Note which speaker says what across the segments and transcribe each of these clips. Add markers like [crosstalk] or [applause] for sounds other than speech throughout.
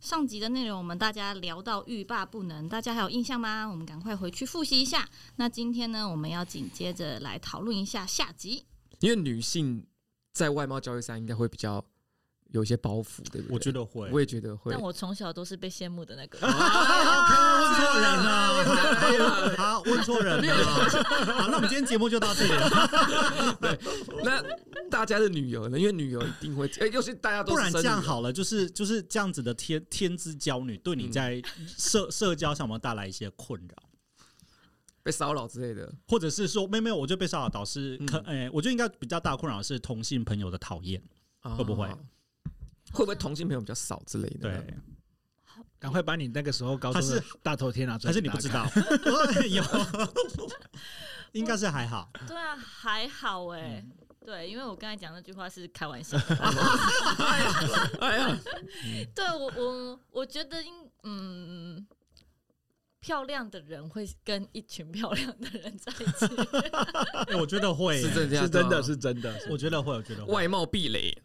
Speaker 1: 上集的内容我们大家聊到欲罢不能，大家还有印象吗？我们赶快回去复习一下。那今天呢，我们要紧接着来讨论一下下集。
Speaker 2: 因为女性在外貌焦虑上应该会比较有一些包袱，对不对？
Speaker 3: 我觉得会，啊
Speaker 2: 我也觉得会
Speaker 4: 但。我从小都是被羡慕的
Speaker 1: [laughs]
Speaker 4: 那个。
Speaker 1: 啊
Speaker 3: 问错人了，哎好，问错人了。好，那我们今天节目就到这里
Speaker 2: [laughs]
Speaker 3: 了，
Speaker 2: 那大家的女友呢？因为女友一定会，哎、尤其大家都
Speaker 3: 不
Speaker 2: 是
Speaker 3: 然
Speaker 2: 生
Speaker 3: 这样
Speaker 2: 女友
Speaker 3: 好了，就是就是这样子的天天之娇女，对你在
Speaker 2: 嗯
Speaker 3: 社社交上有没有带来一些困扰？
Speaker 2: 被骚扰之类的，
Speaker 3: 或者是说，没有没有，我觉得被骚扰导师
Speaker 2: 嗯
Speaker 3: 可，哎、我觉得应该比较大的困扰是同性朋友的讨厌。
Speaker 2: 啊
Speaker 3: 会不会？
Speaker 2: 会不会同性朋友比较少之类的呢？
Speaker 3: 对，
Speaker 5: 赶快把你那个时候高中
Speaker 3: 还
Speaker 5: 的大头贴拿出来，
Speaker 3: 还是你不知？道？ [laughs] 有，应该是还好。
Speaker 4: 对啊，还好哎、对，因为我刚才讲那句话是开玩笑。
Speaker 2: 哎呀，
Speaker 4: 对我，我我觉得应嗯，漂亮的人会跟一群漂亮的人在一起。
Speaker 3: 哎我觉得会、
Speaker 2: 是真的，
Speaker 5: 是真的，
Speaker 2: 对
Speaker 5: 是真的。
Speaker 3: 我觉得会，我觉得
Speaker 2: 啊
Speaker 3: 会。
Speaker 2: 外貌壁垒，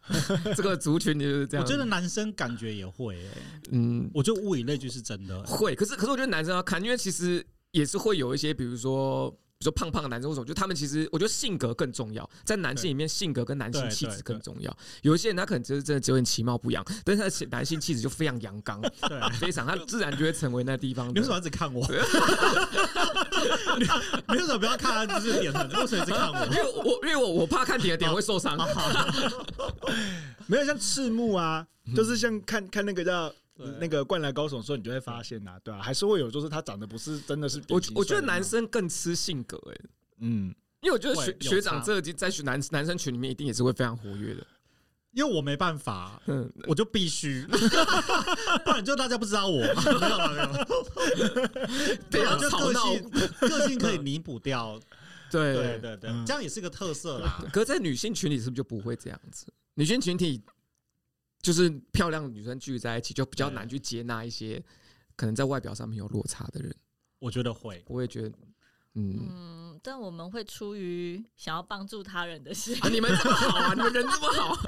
Speaker 2: 这个族群就是这
Speaker 3: 我
Speaker 2: 样。
Speaker 3: 觉得，男生感觉也会、哎
Speaker 2: 嗯，
Speaker 3: 我觉得物以类聚是真的、
Speaker 2: 会，可是可是我觉得男生要看，因为其实也是会有一些，比如说比如说胖胖的男生或什么，就他们其实我觉得性格更重要，在男性里面性格跟男性
Speaker 3: 对
Speaker 2: 气
Speaker 3: 对
Speaker 2: 质
Speaker 3: 对
Speaker 2: 更重要。有一些人他可能就是真的只有点其貌不扬，但是他的男性气质就非常阳刚，
Speaker 3: 对，
Speaker 2: [laughs] 非常他自然就会成为那地方
Speaker 3: 你为什么
Speaker 2: 的。
Speaker 3: 一直看我？ [laughs] 你为什么不要看他就是脸很？为什么一直看
Speaker 2: 因为
Speaker 3: 我？
Speaker 2: 我因为我我怕看你的点会受伤，
Speaker 3: 哦
Speaker 5: 没有像赤木啊，就是像看看那个叫
Speaker 3: 对
Speaker 5: 那个《灌篮高手》的时候，你就会发现啊，对啊，还是会有，就是他长得不是真的是典
Speaker 2: 我
Speaker 5: 型
Speaker 2: 我觉得
Speaker 5: 帅
Speaker 2: 男
Speaker 5: 的
Speaker 2: 生更吃性格哎、欸
Speaker 5: 那种，嗯，
Speaker 2: 因为我觉得学
Speaker 3: 会有
Speaker 2: 学长
Speaker 3: 差
Speaker 2: 这个在学男男生群里面一定也是会非常活跃的，
Speaker 3: 因为我没办法，
Speaker 2: 嗯，
Speaker 3: 我就必须， [laughs] 不然就大家不知
Speaker 2: [laughs]
Speaker 3: 道我。没有啦没有啦，
Speaker 2: 非
Speaker 3: 我
Speaker 2: 常
Speaker 3: 啊就
Speaker 2: 吵
Speaker 3: 个
Speaker 2: 闹，
Speaker 3: 性个性可以弥补掉。
Speaker 2: 对
Speaker 3: 对对对
Speaker 5: 嗯，
Speaker 3: 这样也是个特色啦。
Speaker 2: 可是在女性群体是不是就不会这样子？女性群体就是漂亮的女生聚在一起，就比较难去接纳一些可能在外表上面有落差的人。
Speaker 3: 我觉得会。
Speaker 2: 我也觉得，嗯，
Speaker 4: 嗯，但我们会出于想要帮助他人的心，
Speaker 2: 啊，你们这么好啊，你们人这么好，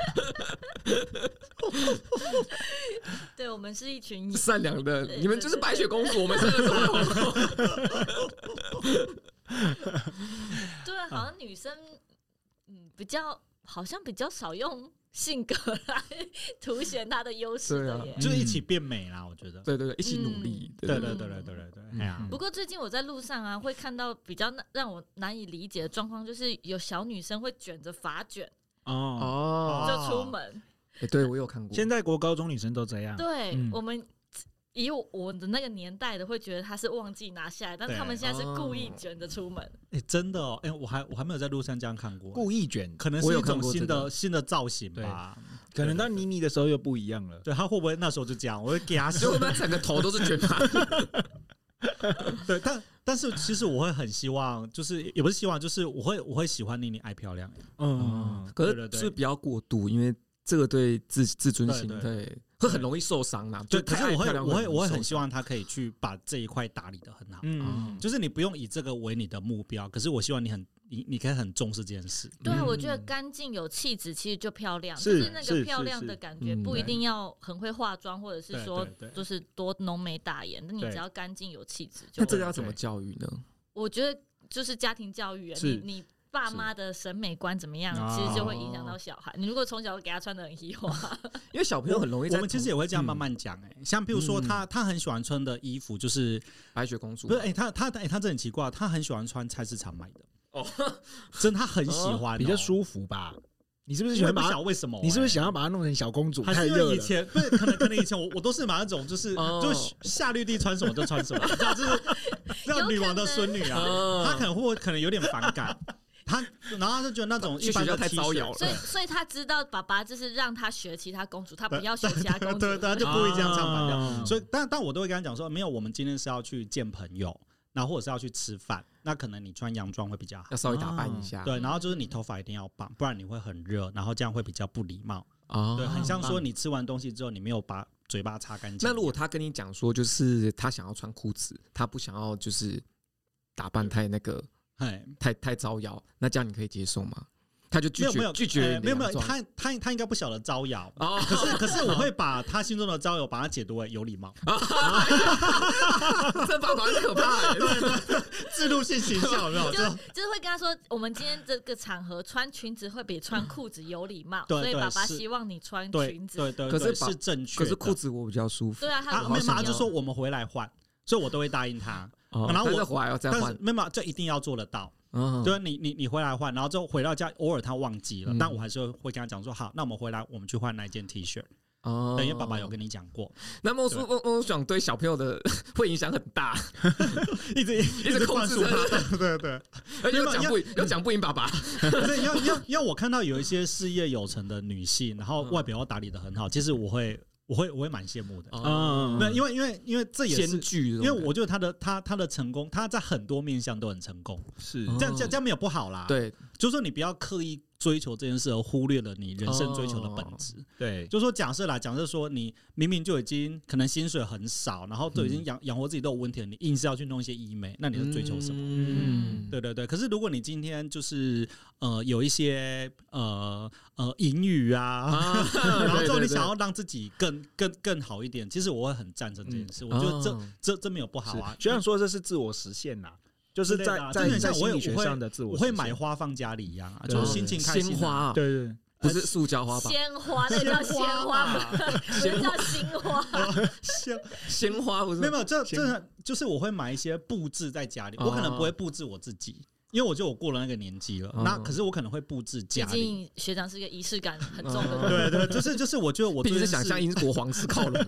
Speaker 2: [laughs]
Speaker 4: 对我们是一群
Speaker 2: 善良的，你们就是白雪公主，我们真的是会有
Speaker 4: [laughs] 对，啊好像女生嗯比较好像比较少用性格来凸显她的优势的
Speaker 2: 对
Speaker 4: 耶
Speaker 5: 啊。
Speaker 3: 就是一起变美啦，我觉得。
Speaker 2: 嗯对对对，一起努力，
Speaker 4: 嗯
Speaker 2: 对
Speaker 3: 对
Speaker 2: 对对
Speaker 3: 对对对对对对，哎呀
Speaker 4: 不，过最近我在路上啊，会看到比较那让我难以理解的状况，就是有小女生会卷着发卷
Speaker 3: 哦，
Speaker 2: 哦，
Speaker 4: 就出门。
Speaker 2: 哎对我有看过，
Speaker 5: 现在国高中女生都这样，
Speaker 4: 对、
Speaker 5: 嗯
Speaker 4: 我们以我的那个年代的，会觉得她是忘记拿下来，但
Speaker 3: 对
Speaker 4: 他们现在是故意卷着出门。
Speaker 3: 哎，真的哦，哎，我还我还没有在路上这样看过，
Speaker 5: 故意卷，
Speaker 3: 可能
Speaker 2: 我
Speaker 3: 是
Speaker 2: 有
Speaker 3: 一
Speaker 2: 看
Speaker 3: 种
Speaker 2: 过
Speaker 3: 新
Speaker 2: 这
Speaker 3: 的
Speaker 2: 个
Speaker 3: 新的造型吧。
Speaker 5: 可能到妮妮的时候又不一样了。
Speaker 3: 对他会不会那时候就这样？我
Speaker 2: [laughs]
Speaker 3: 会给他
Speaker 2: 所以我们整个头都是卷
Speaker 3: [laughs]
Speaker 2: 发，
Speaker 3: 对，但但是其实我会很希望，就是也不是希望，就是我会我会喜欢你，你爱漂亮。
Speaker 5: 嗯，
Speaker 2: 可
Speaker 3: 哦对对
Speaker 2: 是
Speaker 3: 对
Speaker 2: 是不要过度，因为这个对自自尊心
Speaker 3: 对
Speaker 2: 对会很容易受伤啦。
Speaker 3: 对，
Speaker 2: 就
Speaker 3: 可
Speaker 2: 太
Speaker 3: 是我
Speaker 2: 爱漂
Speaker 3: 会
Speaker 2: 亮
Speaker 3: 我会我会
Speaker 2: 受
Speaker 3: 很
Speaker 2: 伤
Speaker 3: 希望他可以去把这一块打理的很好。
Speaker 5: 嗯，
Speaker 3: 就是你不用以这个为你的目标，可是我希望你很你你可以很重视这件事。
Speaker 4: 对啊，
Speaker 2: 嗯
Speaker 4: 我觉得干净有气质其实就漂亮，
Speaker 5: 是
Speaker 4: 就是那
Speaker 5: 是
Speaker 4: 个
Speaker 5: 是
Speaker 4: 漂亮的
Speaker 5: 是
Speaker 4: 感觉，
Speaker 2: 嗯
Speaker 4: 不一
Speaker 5: 对
Speaker 4: 定要很会化妆，或者是
Speaker 3: 对
Speaker 4: 说
Speaker 3: 对对
Speaker 4: 就是多浓眉大眼，那你
Speaker 3: 对
Speaker 4: 只要干净有气质就
Speaker 2: 那
Speaker 4: 好。
Speaker 2: 这个要怎么教育呢？
Speaker 4: 我觉得就是家庭教育啊，
Speaker 5: 是
Speaker 4: 你你爸妈的审美观怎么样，
Speaker 3: 啊
Speaker 5: 哦
Speaker 4: 其实就会影响到小孩。你如果从小给他穿的很嘻
Speaker 3: [laughs]
Speaker 4: 哈，
Speaker 2: 因为小朋友很容易在
Speaker 3: 我们其实也会这样慢慢讲，哎，像比如说
Speaker 2: 嗯
Speaker 3: 他他很喜欢穿的衣服，就是
Speaker 2: 白雪公主
Speaker 3: 不是哎，他他哎他这很奇怪，他很喜欢穿菜市场买的哦，真的他很喜欢哦，
Speaker 5: 比较舒服吧？你是不
Speaker 3: 服
Speaker 5: 是
Speaker 3: 喜
Speaker 5: 喜欢
Speaker 3: 欢不
Speaker 5: 把
Speaker 3: 晓
Speaker 5: 它
Speaker 3: 得？为什么？
Speaker 5: 你是不是
Speaker 3: 哎
Speaker 5: 想要把它弄成小公主？
Speaker 3: 还
Speaker 5: 太
Speaker 3: 是因
Speaker 5: 热
Speaker 3: 为以
Speaker 5: 了。
Speaker 3: 前不是可能可能以前我我都是买那种就是
Speaker 2: 哦
Speaker 3: 就是下绿地穿什么就穿什么，你知道
Speaker 4: [laughs]
Speaker 3: 就是让女王的孙女啊，
Speaker 2: 哦
Speaker 3: 她可能会可能有点反感，她然后她就觉得那种一
Speaker 2: 去
Speaker 3: 般
Speaker 2: 学
Speaker 3: 的
Speaker 2: 校太
Speaker 3: T
Speaker 2: 招摇
Speaker 3: 恤，
Speaker 2: 了
Speaker 4: 所以所以他知道爸爸就是让他学其他公主，他
Speaker 3: 对
Speaker 4: 不要学其他公主
Speaker 3: 对，。对，她就故意这样唱反调。
Speaker 2: 啊
Speaker 3: 所以但但我都会跟她讲说，没有，我们今天是要去见朋友，然后或者是要去吃饭，那可能你穿洋装会比较好
Speaker 2: 要。稍微打扮一下，
Speaker 3: 对，然后就是你头发一定要绑，不然你会很热，然后这样会比较不礼貌。
Speaker 2: 啊
Speaker 3: 对，很像说你吃完东西之后，你没有把嘴巴擦干净一样。
Speaker 2: 那如果他跟你讲说，就是他想要穿裤子，他不想要就是打扮太那个
Speaker 3: 哎，
Speaker 2: 太太招摇，那这样你可以接受吗？他就拒
Speaker 3: 没有没
Speaker 2: 绝
Speaker 3: 有
Speaker 2: 拒绝你
Speaker 3: 呃
Speaker 2: 啊
Speaker 3: 没有
Speaker 2: 的
Speaker 3: 没有，
Speaker 2: 洋装
Speaker 3: 他他他应该不晓得招摇。
Speaker 2: 哦，[laughs]
Speaker 3: 可是，可是我会把他心中的招摇，把它解读为有礼貌，
Speaker 2: 这爸爸很可怕欸，
Speaker 3: 制度性形象有没有？
Speaker 4: [laughs] 就
Speaker 3: 就
Speaker 4: 就是会跟他说，我们今天这个场合穿裙子会比穿裤子有礼貌，
Speaker 3: [laughs] 对
Speaker 4: 所以
Speaker 3: 对
Speaker 4: 爸爸
Speaker 3: 是
Speaker 4: 希望你穿
Speaker 3: 对
Speaker 4: 裙子。
Speaker 3: 对对，
Speaker 2: 可是
Speaker 3: 对
Speaker 2: 把
Speaker 3: 是正确
Speaker 2: 可
Speaker 3: 的。
Speaker 2: 是裤子我比较舒服
Speaker 4: 对啊，他
Speaker 3: 啊，
Speaker 4: 如果
Speaker 3: 没有嘛，他
Speaker 4: 想
Speaker 3: 就
Speaker 4: 要
Speaker 3: 说我们回来换，所以我都会答应他。
Speaker 2: 哦，
Speaker 3: 然后
Speaker 2: 但是
Speaker 3: 我
Speaker 2: 回来 [laughs] 要再
Speaker 3: 但
Speaker 2: 换
Speaker 3: 是，没有嘛，这一定要做得到。
Speaker 2: 嗯，
Speaker 3: 就是你你你回来换，然后之后回到家，偶尔他忘记了，
Speaker 2: 嗯
Speaker 3: 但我还是会跟他讲说，好，那我们回来我们去换那一件 T 恤，
Speaker 2: 哦
Speaker 3: 对，因为爸爸有跟你讲过，
Speaker 2: 那梦叔
Speaker 3: 对
Speaker 2: 梦梦想对小朋友的会影响很大，
Speaker 3: 一直一
Speaker 2: 直控制他
Speaker 3: 他， [laughs] 对对。
Speaker 2: 而且又讲
Speaker 3: 要
Speaker 2: 不又讲不赢爸爸，
Speaker 3: 可是要要要我看到有一些事业有成的女性，然后外表又打理的很好，其实我会我会我会蛮羡慕的。
Speaker 2: 哦
Speaker 3: 那、因为因为因为这也
Speaker 2: 先
Speaker 3: 是。
Speaker 2: 剧，
Speaker 3: 因为我觉得他的他他的成功，他在很多面向都很成功，
Speaker 5: 是
Speaker 2: 哦
Speaker 3: 这样这样这样没有不好啦。，
Speaker 2: 对
Speaker 3: 就是说你不要刻意追求这件事，而忽略了你人生追求的本
Speaker 2: 哦
Speaker 3: 质。
Speaker 5: 对，
Speaker 3: 就说假设啦，假设说你明明就已经可能薪水很少，然后都已经养养活自己都有问题了，你硬是要去弄一些医美，那你是追求什么？
Speaker 2: 嗯，
Speaker 3: 对对对。可是如果你今天就是呃有一些呃呃盈余啊。
Speaker 2: 啊，
Speaker 3: 然后
Speaker 2: 对
Speaker 3: 之后
Speaker 2: 对对
Speaker 3: 你想要让自己更更更好一点，其实我会很赞成这件事。我觉得这、
Speaker 2: 哦
Speaker 3: 这这没有不好啊
Speaker 5: 是。学长说这是自我实现呐，就是
Speaker 3: 之类
Speaker 5: 在
Speaker 3: 的啊
Speaker 5: 在
Speaker 3: 就很
Speaker 5: 在
Speaker 3: 像我
Speaker 5: 心
Speaker 3: 也
Speaker 5: 理学上的自
Speaker 3: 我
Speaker 5: 我实
Speaker 3: 会
Speaker 5: 现。
Speaker 3: 买花放家里一样啊，
Speaker 5: 对
Speaker 3: 就是心情开心、
Speaker 2: 鲜花
Speaker 3: 啊。
Speaker 2: 啊
Speaker 5: 对对对，
Speaker 2: 不是塑胶花吧？
Speaker 4: 鲜花，那个叫鲜花吗？那个叫鲜花。
Speaker 3: 鲜
Speaker 2: 鲜花不是
Speaker 3: 没有，没有，这这就是我会买一些布置在家里，
Speaker 2: 哦
Speaker 3: 我可能不会布置我自己，因为我觉得我过了那个年纪了
Speaker 2: 哦。
Speaker 3: 那可是我可能会布置
Speaker 4: 毕
Speaker 3: 家里。
Speaker 4: 竟学长是一个仪式感很重的
Speaker 2: 嗯
Speaker 4: 人，
Speaker 3: 对对，就是就是，我觉得我
Speaker 2: 毕
Speaker 3: 做
Speaker 2: 竟
Speaker 3: 这
Speaker 2: 是
Speaker 3: 件
Speaker 2: 想
Speaker 3: 事
Speaker 2: 向，英国皇
Speaker 3: [laughs]
Speaker 2: 室靠拢，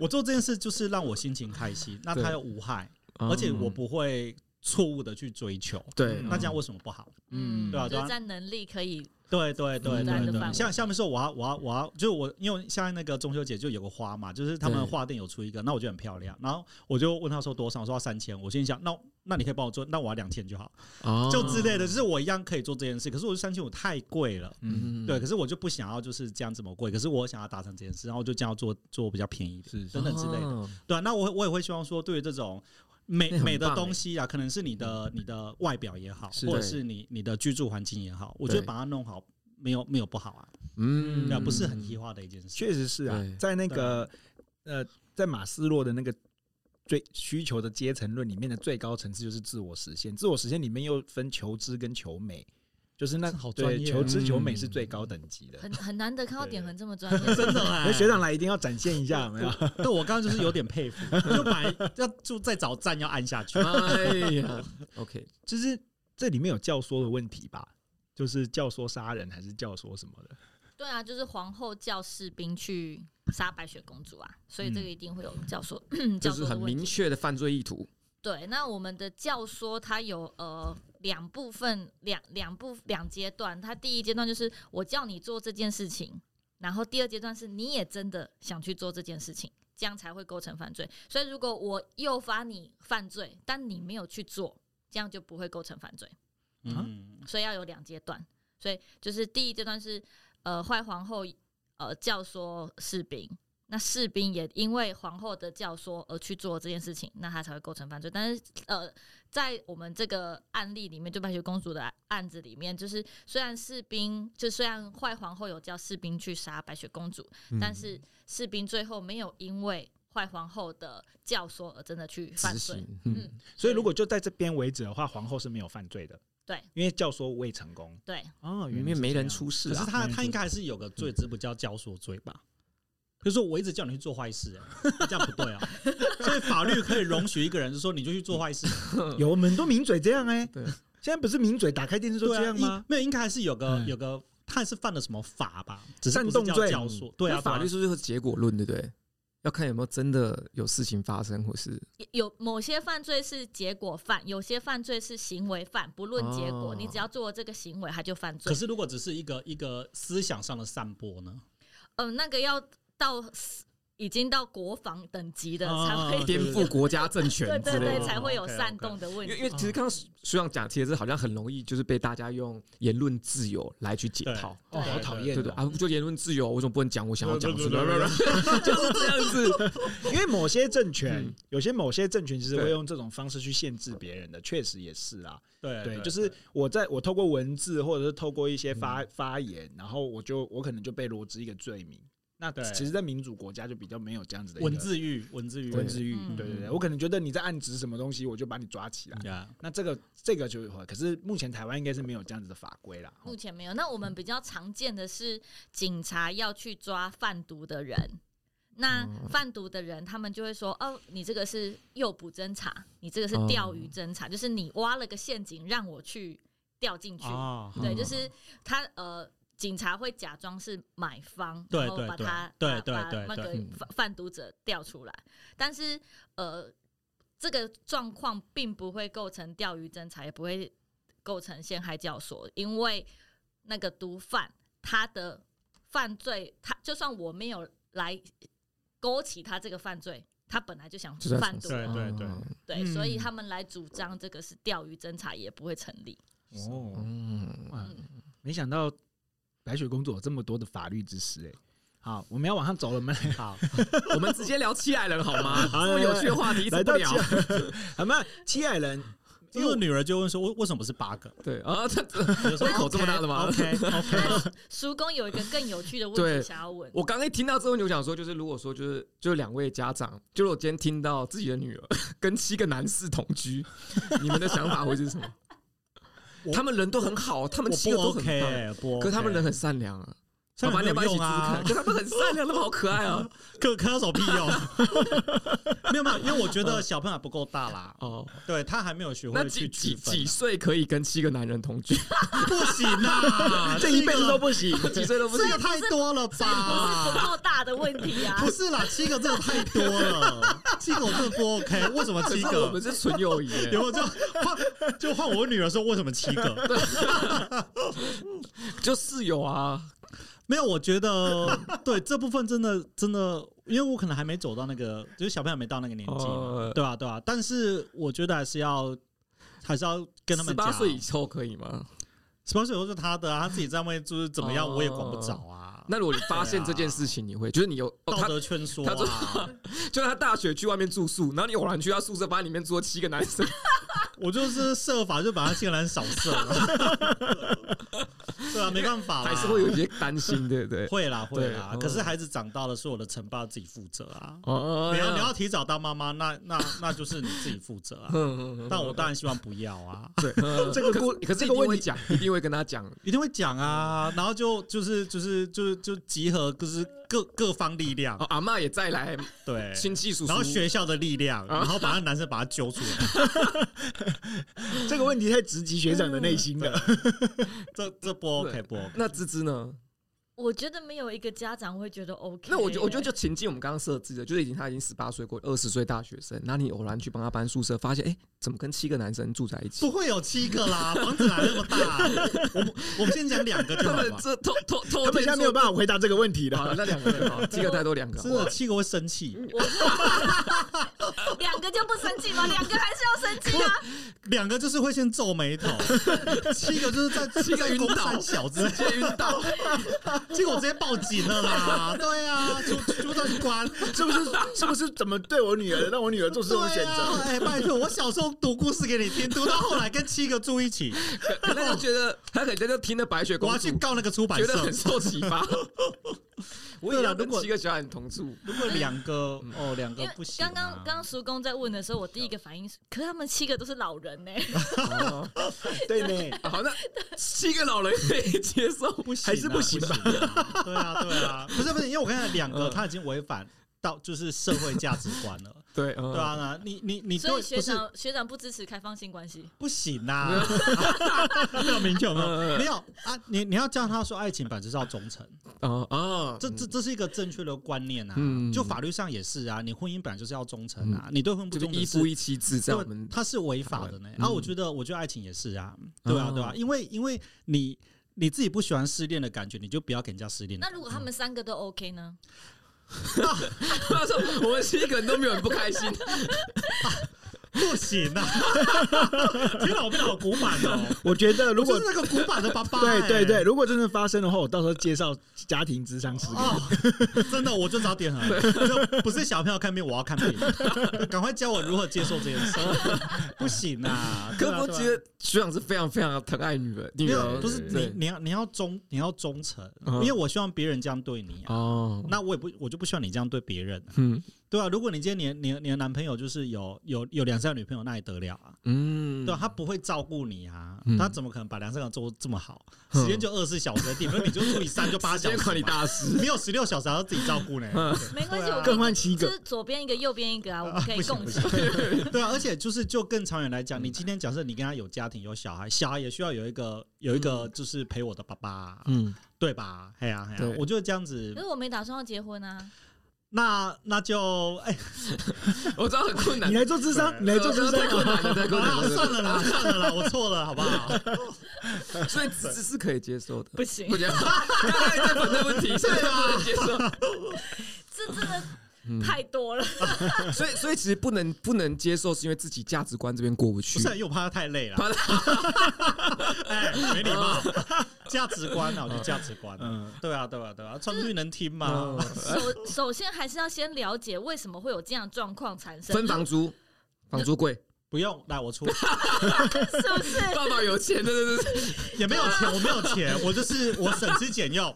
Speaker 3: 我做这件事就是让我心情开心，那它
Speaker 2: 对
Speaker 3: 又无害，
Speaker 2: 嗯
Speaker 3: 而且我不会错误的去追求。
Speaker 2: 对
Speaker 3: 那这样为什么不好？
Speaker 2: 嗯
Speaker 3: 对啊
Speaker 4: 就
Speaker 3: 对啊
Speaker 4: 是在能力可以
Speaker 3: 对对对
Speaker 2: 嗯
Speaker 3: 对
Speaker 2: 对
Speaker 3: 对
Speaker 2: 对
Speaker 3: 像像面说我要我要我要，就是我因为现在那个中秋节就有个花嘛，就是他们
Speaker 2: 对
Speaker 3: 花店有出一个，那我觉得很漂亮，然后我就问他说多少，我说要三千，我心想那那你可以帮我做，那我要两千就好，
Speaker 2: 哦
Speaker 3: 就之类的，就是我一样可以做这件事，可是我就三千五太贵了。
Speaker 5: 嗯，
Speaker 3: 对，可是我就不想要就是这样这么贵，可是我想要达成这件事，然后我就这样做做比较便宜一点
Speaker 5: 是
Speaker 3: 等等之类的。
Speaker 2: 的，
Speaker 3: 对啊，那我我也会希望说，对于这种美
Speaker 2: 那很
Speaker 3: 美的
Speaker 2: 棒欸嗯
Speaker 3: 东西啊，可能是你的你的外表也好，
Speaker 2: 是
Speaker 3: 或者
Speaker 2: 对
Speaker 3: 是你你的居住环境也好，我觉得
Speaker 2: 对
Speaker 3: 把它弄好没有没有不好啊。
Speaker 2: 嗯
Speaker 3: 对啊，不是很异化的一件事。
Speaker 5: 确实是啊
Speaker 2: 对，
Speaker 5: 在那个
Speaker 3: 啊
Speaker 5: 呃，在马斯洛的那个最需求的阶层论里面的最高层次就是自我实现，自我实现里面又分求知跟求美，就是那
Speaker 3: 这好专
Speaker 5: 对
Speaker 3: 业哦嗯
Speaker 5: 求知求美
Speaker 2: 嗯
Speaker 5: 是最高等级的。
Speaker 2: [laughs]
Speaker 4: 很很难得看到点恒这么专业，
Speaker 3: 真的哎
Speaker 5: 那学长来一定要展现一下，有
Speaker 3: [laughs]
Speaker 5: 没有？
Speaker 3: 对我刚刚就是有点佩服，就把要就再找站要按下去。
Speaker 2: 哎呀，OK，
Speaker 4: [laughs]
Speaker 5: 就是这里面有教唆的问题吧？就是教唆杀人还是教唆什么的？
Speaker 4: 对啊，就是皇后叫士兵去杀白雪公主啊，所以这个一定会有教
Speaker 2: [clears throat]
Speaker 4: 唆、教
Speaker 2: 嗯就是
Speaker 4: 唆的
Speaker 2: 很
Speaker 4: 问
Speaker 2: 明
Speaker 4: 题。
Speaker 2: 确的犯罪意图，
Speaker 4: 对，那我们的教唆它有呃两部分，两两部两阶段。它第一阶段就是我叫你做这件事情，然后第二阶段是你也真的想去做这件事情，这样才会构成犯罪。所以如果我诱发你犯罪，但你没有去做，这样就不会构成犯罪。
Speaker 3: 嗯，
Speaker 4: 所以要有两阶段。所以就是第一阶段是呃坏皇后呃教唆士兵，那士兵也因为皇后的教唆而去做这件事情，那他才会构成犯罪。但是呃，在我们这个案例里面，就白雪公主的案子里面，就是虽然士兵就虽然坏皇后有叫士兵去杀白雪公主，
Speaker 5: 嗯
Speaker 4: 嗯但是士兵最后没有因为坏皇后的教唆而真的去犯
Speaker 2: 执
Speaker 4: 罪。
Speaker 2: 行，
Speaker 4: 嗯
Speaker 2: 嗯，，
Speaker 5: 所以如果就在这边为止的话，皇后是没有犯罪的，
Speaker 4: 对
Speaker 5: 因为教唆未成功。
Speaker 4: 对，
Speaker 5: 哦，
Speaker 2: 嗯里面没人嗯出事
Speaker 3: 可是
Speaker 2: 啊，
Speaker 3: 他他应该还是有个罪，只不叫教唆罪吧？比如说我一直叫你去做坏事，哎这样不对
Speaker 2: [laughs]
Speaker 3: 啊。所以法律可以容许一个人就说你就去做坏事，
Speaker 5: 有我们很多名嘴这样哎、
Speaker 2: 对
Speaker 5: [laughs] 现在不是名嘴打开电视就
Speaker 3: 对
Speaker 5: 这
Speaker 3: 啊
Speaker 5: 样吗？
Speaker 3: 应？没有，应该还是有个
Speaker 5: 嗯
Speaker 3: 有个。他是犯了什么法吧？只是
Speaker 5: 煽
Speaker 3: 不是
Speaker 5: 动
Speaker 3: 叫
Speaker 5: 罪
Speaker 3: 教唆，对
Speaker 2: 嗯
Speaker 3: 啊，
Speaker 2: 那法律
Speaker 3: 对啊
Speaker 2: 是不是有结果论，对不对？要看有没有真的有事情发生，或是
Speaker 4: 有有某些犯罪是结果犯，有些犯罪是行为犯，不论结果，
Speaker 2: 哦
Speaker 4: 你只要做了这个行为，他就犯罪
Speaker 3: 可。是如
Speaker 4: 呃
Speaker 3: 果只是一个一个思想上的散播呢？
Speaker 4: 嗯、那个要到死已经到国防等级的
Speaker 3: 哦
Speaker 4: 才 [laughs] 会，
Speaker 2: 颠覆国家政权
Speaker 4: 对
Speaker 2: 之
Speaker 4: 对
Speaker 2: 类
Speaker 4: 对，
Speaker 2: 的。
Speaker 4: 才会有
Speaker 3: OK，OK
Speaker 4: 煽动的问
Speaker 2: 因为
Speaker 4: 题。
Speaker 2: 因为其实刚刚徐长讲其实好像很容易就是被大家用言论自由来去解套，
Speaker 5: 哦，好讨厌
Speaker 2: 对
Speaker 5: 哦，
Speaker 2: 不对啊，不就言论自由，为什么不能讲我想要讲的事？ [laughs]
Speaker 5: 就是这样子。因为某些政权
Speaker 2: 嗯，
Speaker 5: 有些某些政权其实会
Speaker 2: 对
Speaker 5: 用这种方式去限制别人的，确实也是啦。
Speaker 3: 对
Speaker 5: 对，就是我在我透过文字或者是透过一些发发言，然后我就我可能就被罗织一个罪名。那
Speaker 3: 对
Speaker 5: 其实，在民主国家就比较没有这样子的一个
Speaker 3: 文字狱，文字狱，
Speaker 5: 文字狱。
Speaker 4: 嗯
Speaker 5: 对对对，我可能觉得你在暗指什么东西，我就把你抓起来。
Speaker 3: 呀，
Speaker 5: 那这个这个就可是目前台湾应该是没有这样子的法规啦。
Speaker 4: 目前没有。那我们比较常见的是，警察要去抓贩毒的人，那
Speaker 2: 哦
Speaker 4: 贩毒的人他们就会说：“哦，你这个是诱捕侦查，你这个是
Speaker 2: 哦
Speaker 4: 钓鱼侦查，就是你挖了个陷阱让我去掉进去。
Speaker 3: 啊，
Speaker 4: 对，
Speaker 2: 嗯
Speaker 4: 就是他呃。警察会假装是买方，
Speaker 3: 对
Speaker 4: 然后
Speaker 3: 对
Speaker 4: 把
Speaker 3: 对
Speaker 4: 他
Speaker 3: 对
Speaker 4: 把
Speaker 3: 对
Speaker 4: 把
Speaker 3: 对
Speaker 4: 那
Speaker 3: 对
Speaker 4: 个
Speaker 2: 嗯
Speaker 4: 贩贩毒者调出来，但是呃，这个状况并不会构成钓鱼侦查，也不会构成陷害教唆，因为那个毒贩他的犯罪，他就算我没有来勾起他这个犯罪，他本来就想
Speaker 2: 就在
Speaker 4: 贩毒
Speaker 3: 对，对对
Speaker 2: 嗯
Speaker 4: 对，
Speaker 5: 嗯
Speaker 4: 所以他们来主张这个是钓鱼侦查也不会成立。
Speaker 5: 哦，
Speaker 2: 嗯，
Speaker 5: 哇，没想到白雪公主有这么多的法律知识哎。好，我们要往上走了，我 [laughs] 们来
Speaker 3: 好，
Speaker 2: [laughs] 我们直接聊七矮人好
Speaker 3: [laughs]
Speaker 2: 吗？
Speaker 5: 好
Speaker 2: 这么有趣的话题，
Speaker 5: 来
Speaker 2: 怎么
Speaker 5: 到
Speaker 2: 不
Speaker 5: 七
Speaker 2: 聊？ [laughs]
Speaker 5: 矮，好吗？七
Speaker 3: [laughs]
Speaker 5: 矮人，
Speaker 3: 因为我女儿就问说，为为什么是八
Speaker 2: [laughs]
Speaker 3: 个？
Speaker 2: 对啊，这这
Speaker 3: 我就说
Speaker 2: 胃口这么大的吗 [laughs]
Speaker 3: ？OK OK，
Speaker 4: 叔公有一个更有趣的问
Speaker 2: 对
Speaker 4: 题想要问，
Speaker 2: 我刚刚一听到这个问题，我想说，就是如果说就是就两位家长，就是我今天听到自己的女儿 [laughs] 跟七个男士同居，你们的想法会是什么？
Speaker 3: 我
Speaker 2: 他们人都很好，他
Speaker 3: 我
Speaker 2: 们七
Speaker 3: 不
Speaker 2: 个都很
Speaker 3: OK，
Speaker 2: 棒，
Speaker 3: 欸不 OK，
Speaker 2: 可是他们人很善良啊。
Speaker 3: 善
Speaker 2: 爸爸你要
Speaker 3: 良
Speaker 2: 不要一起
Speaker 3: 没有
Speaker 2: 住住
Speaker 3: 用啊
Speaker 2: 看？可他们很善良，他们好可爱
Speaker 3: [laughs]
Speaker 2: 啊！
Speaker 3: 可可有什么屁用？ [laughs] 没有没有，因为我觉得
Speaker 2: 嗯
Speaker 3: 小朋友还不够大啦，
Speaker 2: 哦，
Speaker 3: 对他还没有学
Speaker 2: 那
Speaker 3: 会
Speaker 2: 几
Speaker 3: 去
Speaker 2: 几
Speaker 3: 区分
Speaker 2: 几岁可以跟七个男人同
Speaker 3: [laughs]
Speaker 2: 居？
Speaker 3: 啊，不
Speaker 2: [laughs]
Speaker 3: 行啊，
Speaker 5: 这一辈子都
Speaker 3: 不行，
Speaker 2: 几岁都不
Speaker 3: 这
Speaker 2: 是
Speaker 3: 个太多了
Speaker 4: 所以不是
Speaker 3: 吧？
Speaker 4: 不够大的问题啊
Speaker 3: [laughs] 不，是啦，七个真的太多了，七个我真的不 OK，为什么
Speaker 2: 可
Speaker 3: 七
Speaker 2: 是我
Speaker 3: 个
Speaker 2: 们？是纯友谊耶。
Speaker 3: 然后就换就换我女儿说为什么七个？
Speaker 2: 就室友啊，
Speaker 3: 没有，我觉得对这部分真的真的，因为我可能还没走到那个，就是小朋友没到那个年纪嘛
Speaker 2: 哦，
Speaker 3: 对啊吧？对吧？但是我觉得还是要还是要跟他
Speaker 2: 十
Speaker 3: 们
Speaker 2: 八
Speaker 3: 讲，
Speaker 2: 岁以后可以吗？
Speaker 3: 十八岁以后是他的啊，他自己在外面就是怎么样，
Speaker 2: 哦
Speaker 3: 我也管不着啊。
Speaker 2: 那如果你发现这件事情，你会就是你有、哦、
Speaker 3: 道
Speaker 2: 他
Speaker 3: 德劝说
Speaker 2: 他 [laughs]
Speaker 3: 啊，
Speaker 2: 就他大学去外面住宿，然后你偶然去他宿舍，发现里面住了七个男生，
Speaker 3: 我就是设法就把他竟然扫射了。
Speaker 2: [laughs]
Speaker 3: 对啊，没办法啦，
Speaker 2: 还是会有一些担心，对不对？
Speaker 3: 会啦会啦
Speaker 2: 对。
Speaker 3: 可是孩子长大了，所有的承包要自己负责啊。
Speaker 2: 哦
Speaker 3: 你要你要提早当妈妈，那那那就是你自己负责啊。
Speaker 2: [laughs] 嗯，
Speaker 3: 但我当然希望不要啊，
Speaker 2: 对这
Speaker 5: [laughs] 这个故
Speaker 2: 可可是
Speaker 5: 这
Speaker 2: 一
Speaker 5: 个
Speaker 2: 定
Speaker 5: 问
Speaker 2: 会
Speaker 5: 题
Speaker 2: 讲，一定会跟他讲，
Speaker 3: 一定会讲啊。然后就就是就是就就集合，就是各各方力量
Speaker 2: 哦，，阿嬷也再来，
Speaker 5: 哎
Speaker 3: 对，
Speaker 2: 亲戚叔叔，
Speaker 3: 然后学校的力量，
Speaker 2: 啊
Speaker 3: 然后把那男生把他揪出
Speaker 2: [laughs]
Speaker 3: 来。
Speaker 5: 这个问题太直击学长的内心了。
Speaker 3: 这这不 OK
Speaker 2: 对
Speaker 3: 不 OK？
Speaker 2: 那芝芝呢？
Speaker 4: 我觉得没有一个家长会觉得 OK 耶。
Speaker 2: 那我觉我觉得就情境我们刚刚设置的，就是已经他已经十八岁过二十岁大学生，那你偶然去帮他搬宿舍，发现哎、诶怎么跟七个男生住在一起
Speaker 3: 不？会有七个啦，房子哪那么大？我们我们先讲两个就
Speaker 2: [laughs] 他
Speaker 3: 好
Speaker 2: 们
Speaker 3: 了。
Speaker 2: 这偷偷偷
Speaker 5: 他们
Speaker 2: 天
Speaker 5: 现在没有办法啊回答这个问题
Speaker 2: 好
Speaker 5: 的。
Speaker 2: 那两个就好，七个太多两个。
Speaker 3: 真的七个会生气，
Speaker 2: 嗯
Speaker 4: 两个就不生气吗？两个还是要生气啊！
Speaker 3: 两个就是会先皱
Speaker 2: [laughs]
Speaker 3: 眉头，七个就是在
Speaker 2: 七个
Speaker 3: 在
Speaker 2: 晕倒
Speaker 3: 公三小之类
Speaker 2: 直，接晕倒，
Speaker 3: 结果我直接报警
Speaker 2: [laughs]
Speaker 3: 了啦。对啊，就就在关。
Speaker 5: [laughs] 是不是？是不是怎么对我女儿，让我女儿做出这种选
Speaker 3: 对啊，
Speaker 5: 择？
Speaker 3: 哎，拜托，我小时候读故事给你听，读到后来跟七个住一起，
Speaker 2: 可可能就觉得他可能就听了白雪
Speaker 3: 我
Speaker 2: 公
Speaker 3: 要
Speaker 2: 主
Speaker 3: 去，告那个出版
Speaker 2: 觉得
Speaker 3: 社
Speaker 2: 很。受启发。我也
Speaker 3: 对啦
Speaker 2: 要跟
Speaker 3: 如果
Speaker 2: 七个小孩同住，
Speaker 3: 如果两个哦，两个
Speaker 4: 因为
Speaker 3: 不行啊。
Speaker 4: 刚刚刚刚叔公在问的时候，我第一个反应是，可是他们七个都是老人呢，
Speaker 2: 哦
Speaker 5: 对呢，
Speaker 2: [laughs] 好，那七个老人可以接受，
Speaker 3: 不行啊，
Speaker 5: 还是不行吧
Speaker 3: 吧？对啊，对啊， [laughs] 不是不是，因为我刚才两个
Speaker 2: 嗯
Speaker 3: 他已经违反到就是社会价值观了，
Speaker 2: 对，
Speaker 3: 对
Speaker 2: 对，
Speaker 3: 啊，那你你你
Speaker 4: 所
Speaker 3: 对
Speaker 4: 以学
Speaker 3: 不是嗯
Speaker 4: 长学长不支持开放性关系。
Speaker 3: 不行呐，没有明确有没有
Speaker 2: 嗯
Speaker 3: [laughs] 没有啊？你你要叫他说爱情本来就是要忠诚，
Speaker 2: 哦哦，
Speaker 3: 这这这是一个正确的观念啊，
Speaker 2: 嗯
Speaker 3: 就法律上也是啊，你婚姻本来就是要忠诚啊，你对婚不
Speaker 2: 就是
Speaker 3: 忠诚
Speaker 2: 一
Speaker 3: 是
Speaker 2: 夫一妻制，在我
Speaker 3: 对
Speaker 2: 们
Speaker 3: 它是违法的呢。
Speaker 2: 嗯
Speaker 3: 啊，我觉得，我觉得爱情也是啊，对啊，
Speaker 2: 哦
Speaker 3: 对啊，因为因为你你自己不喜欢失恋的感觉，你就不要给人家失恋的
Speaker 4: 那
Speaker 3: 感觉。
Speaker 4: 如果他们三个都 OK 呢？
Speaker 2: [laughs] 他说我们七个人都没有人不开心，
Speaker 3: 不行 [laughs] 啊！天哪，我变得好古板哦！
Speaker 5: 我觉得如
Speaker 3: 我
Speaker 5: 果
Speaker 3: 就是那个古板的爸爸、
Speaker 5: 对对对，
Speaker 3: 哎，
Speaker 5: 如果真的发生的话，我到时候介绍家庭智商师给你。
Speaker 3: 哦，真的，我就早点了，就不是小朋友看病，我要看 [laughs] 病，赶快教我如何接受这件 [laughs] 事。不行啊，
Speaker 2: 可我
Speaker 3: 对啊
Speaker 2: 觉得学长是非常非常疼爱女儿，女
Speaker 3: 没
Speaker 2: 儿
Speaker 3: 啊有，不是
Speaker 2: 对
Speaker 3: 你，你要你要忠，你要忠诚，
Speaker 2: 嗯
Speaker 3: 因为我希望别人这样对你啊。
Speaker 2: 哦，
Speaker 3: 那我也不，我就不希望你这样对别人啊，
Speaker 2: 嗯
Speaker 3: 对啊，如果你今天你的你的你的男朋友就是有有有两三个女朋友，那也得了啊，
Speaker 2: 嗯，
Speaker 3: 对啊，他不会照顾你啊
Speaker 2: 嗯，
Speaker 3: 他怎么可能把两三个做这么好？
Speaker 2: 嗯
Speaker 3: 时间就二十四小
Speaker 2: [laughs]
Speaker 3: 时的地方，你就除以三就八
Speaker 2: 时
Speaker 3: 小
Speaker 2: 间
Speaker 3: 时嘛，
Speaker 2: 管理大师，
Speaker 3: 没有十六小时还要自己照顾呢。
Speaker 2: [laughs] 嗯
Speaker 4: 没关系，
Speaker 3: 对啊
Speaker 4: 我
Speaker 5: 更
Speaker 4: 们
Speaker 5: 换七
Speaker 4: 就
Speaker 5: 个，
Speaker 4: 是左边一个，右边一个啊，我们可以共享。
Speaker 3: 对啊，而且就是就更长远来
Speaker 2: 嗯
Speaker 3: 讲，你今天假设你跟他有家庭有小孩，小孩也需要有一个有一个就是陪我的爸爸啊，
Speaker 2: 嗯，
Speaker 3: 对吧？哎呀哎呀
Speaker 2: 对，
Speaker 3: 我觉得这样子
Speaker 4: 可，是我没打算要结婚啊，
Speaker 3: 那那就
Speaker 2: [laughs]
Speaker 3: 哎，
Speaker 2: [laughs] 我知道很困难
Speaker 5: 你，来做智商，你来做智
Speaker 2: 太
Speaker 5: 商。
Speaker 2: 困难了，太
Speaker 3: 好
Speaker 2: 困
Speaker 3: [laughs]
Speaker 2: 难了，
Speaker 3: 啦，啊算了啦，算了啦，我错了，好不好？
Speaker 2: 所以这是可以接受的。
Speaker 4: 不行
Speaker 2: 不，行，刚才在反正问题，现在都不能接受。
Speaker 4: 这真的
Speaker 2: 嗯
Speaker 4: 太多了。
Speaker 2: 所以，所以其实不能不能接受，是因为自己价值观这边过不 [laughs] 去
Speaker 3: 不。是，因为我怕他
Speaker 2: [laughs]
Speaker 3: 太累了。哎，没礼貌，价值观啊，我就价值观啊。
Speaker 5: 嗯，
Speaker 3: 对啊，对啊，对啊，传出去能听吗
Speaker 2: 嗯？
Speaker 4: 首首先还是要先了解为什么会有这样的状况产生，
Speaker 2: 分房租，房租贵，
Speaker 3: 不用，来我出， [laughs]
Speaker 4: 是不是？
Speaker 2: 爸爸有钱，对对对，
Speaker 3: 也没有钱，我没有钱，我就是我省吃俭
Speaker 2: [laughs]
Speaker 3: 用。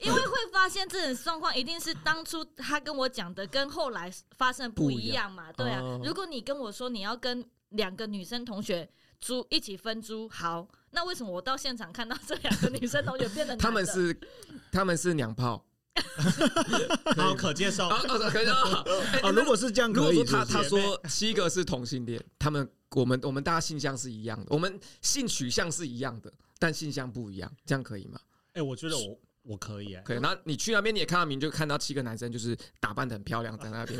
Speaker 4: 因为会发现这种状况，一定是当初他跟我讲的跟后来发生不一样嘛，
Speaker 2: 不一
Speaker 4: 对
Speaker 2: 样
Speaker 4: 啊
Speaker 2: 哦。
Speaker 4: 如果你跟我说你要跟两个女生同学租一起分租，好，那为什么我到现场看到这两个女生同学变得
Speaker 2: 他们
Speaker 4: 男的
Speaker 2: 是他们是娘炮。
Speaker 3: 好，可接受
Speaker 2: 啊。啊，可以啊。哎
Speaker 5: 哦，如果是这样，
Speaker 2: 如果
Speaker 5: 可以
Speaker 2: 说他
Speaker 5: 是
Speaker 2: [laughs]
Speaker 5: 不
Speaker 2: 他
Speaker 5: 是
Speaker 2: 说七个是同性恋，他们我们我们大家性向是一样的，我们性取向是一样的，但性向不一样，这样可以吗？
Speaker 3: 哎，我觉得我我可以，哎，
Speaker 2: 可以。那你去那边你也看到名，就看到七个男生就是打扮的很漂亮，在那 [laughs] 边，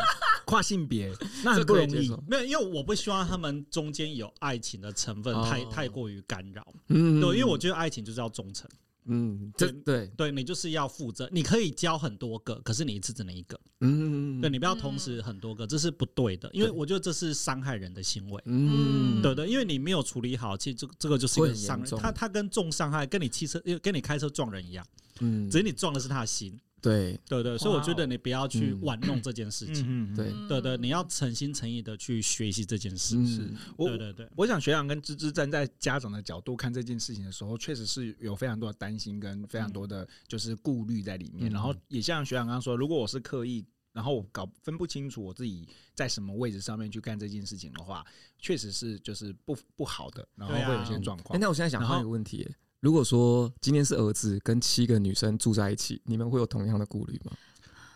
Speaker 5: 跨性别，那
Speaker 2: 这
Speaker 5: 很不
Speaker 2: 可以
Speaker 5: 容
Speaker 2: 接
Speaker 5: 易。
Speaker 2: 受。
Speaker 3: 没有，因为我不希望他们中间有爱情的成分
Speaker 2: 哦
Speaker 3: 太太过于干扰。
Speaker 2: 嗯
Speaker 3: 对，因为我觉得爱情就是要忠诚，
Speaker 2: 嗯，这对，
Speaker 3: 对你就是要负责，你可以交很多个，可是你一次只能一个，
Speaker 2: 嗯，
Speaker 3: 对你不要同时很多个，这是不对的，因为
Speaker 2: 对
Speaker 3: 我觉得这是伤害人的行为。
Speaker 2: 嗯，
Speaker 3: 对对，因为你没有处理好，其实这个这个就是一
Speaker 2: 会
Speaker 3: 个
Speaker 2: 很严
Speaker 3: 伤
Speaker 2: 重，
Speaker 3: 他他跟重伤害，跟你汽车跟你开车撞人一样，
Speaker 2: 嗯
Speaker 3: 只是你撞的是他的心，
Speaker 2: 对，
Speaker 3: 对对，所以我觉得你不要去
Speaker 2: 嗯
Speaker 3: 玩弄这件事情，
Speaker 5: 嗯
Speaker 2: 对
Speaker 4: 哦
Speaker 2: 嗯
Speaker 4: 嗯
Speaker 3: 对对，你要诚心诚意的去学习这件事，
Speaker 2: 是
Speaker 5: 我
Speaker 3: 对对对，
Speaker 5: 我想学长跟芝芝站在家长的角度看这件事情的时候，确实是有非常多的担心跟
Speaker 3: 嗯
Speaker 5: 非常多的就是顾虑在里面。
Speaker 2: 嗯
Speaker 5: 然后也像学长刚刚说，如果我是刻意，然后我搞分不清楚我自己在什么位置上面去干这件事情的话，确实是就是不不好的，然后
Speaker 3: 对啊
Speaker 5: 会有一些状
Speaker 2: 哎，
Speaker 5: 况。
Speaker 2: 那我现在想
Speaker 5: 然后
Speaker 2: 问一个问题耶。如果说今天是儿子跟七个女生住在一起，你们会有同样的顾虑吗？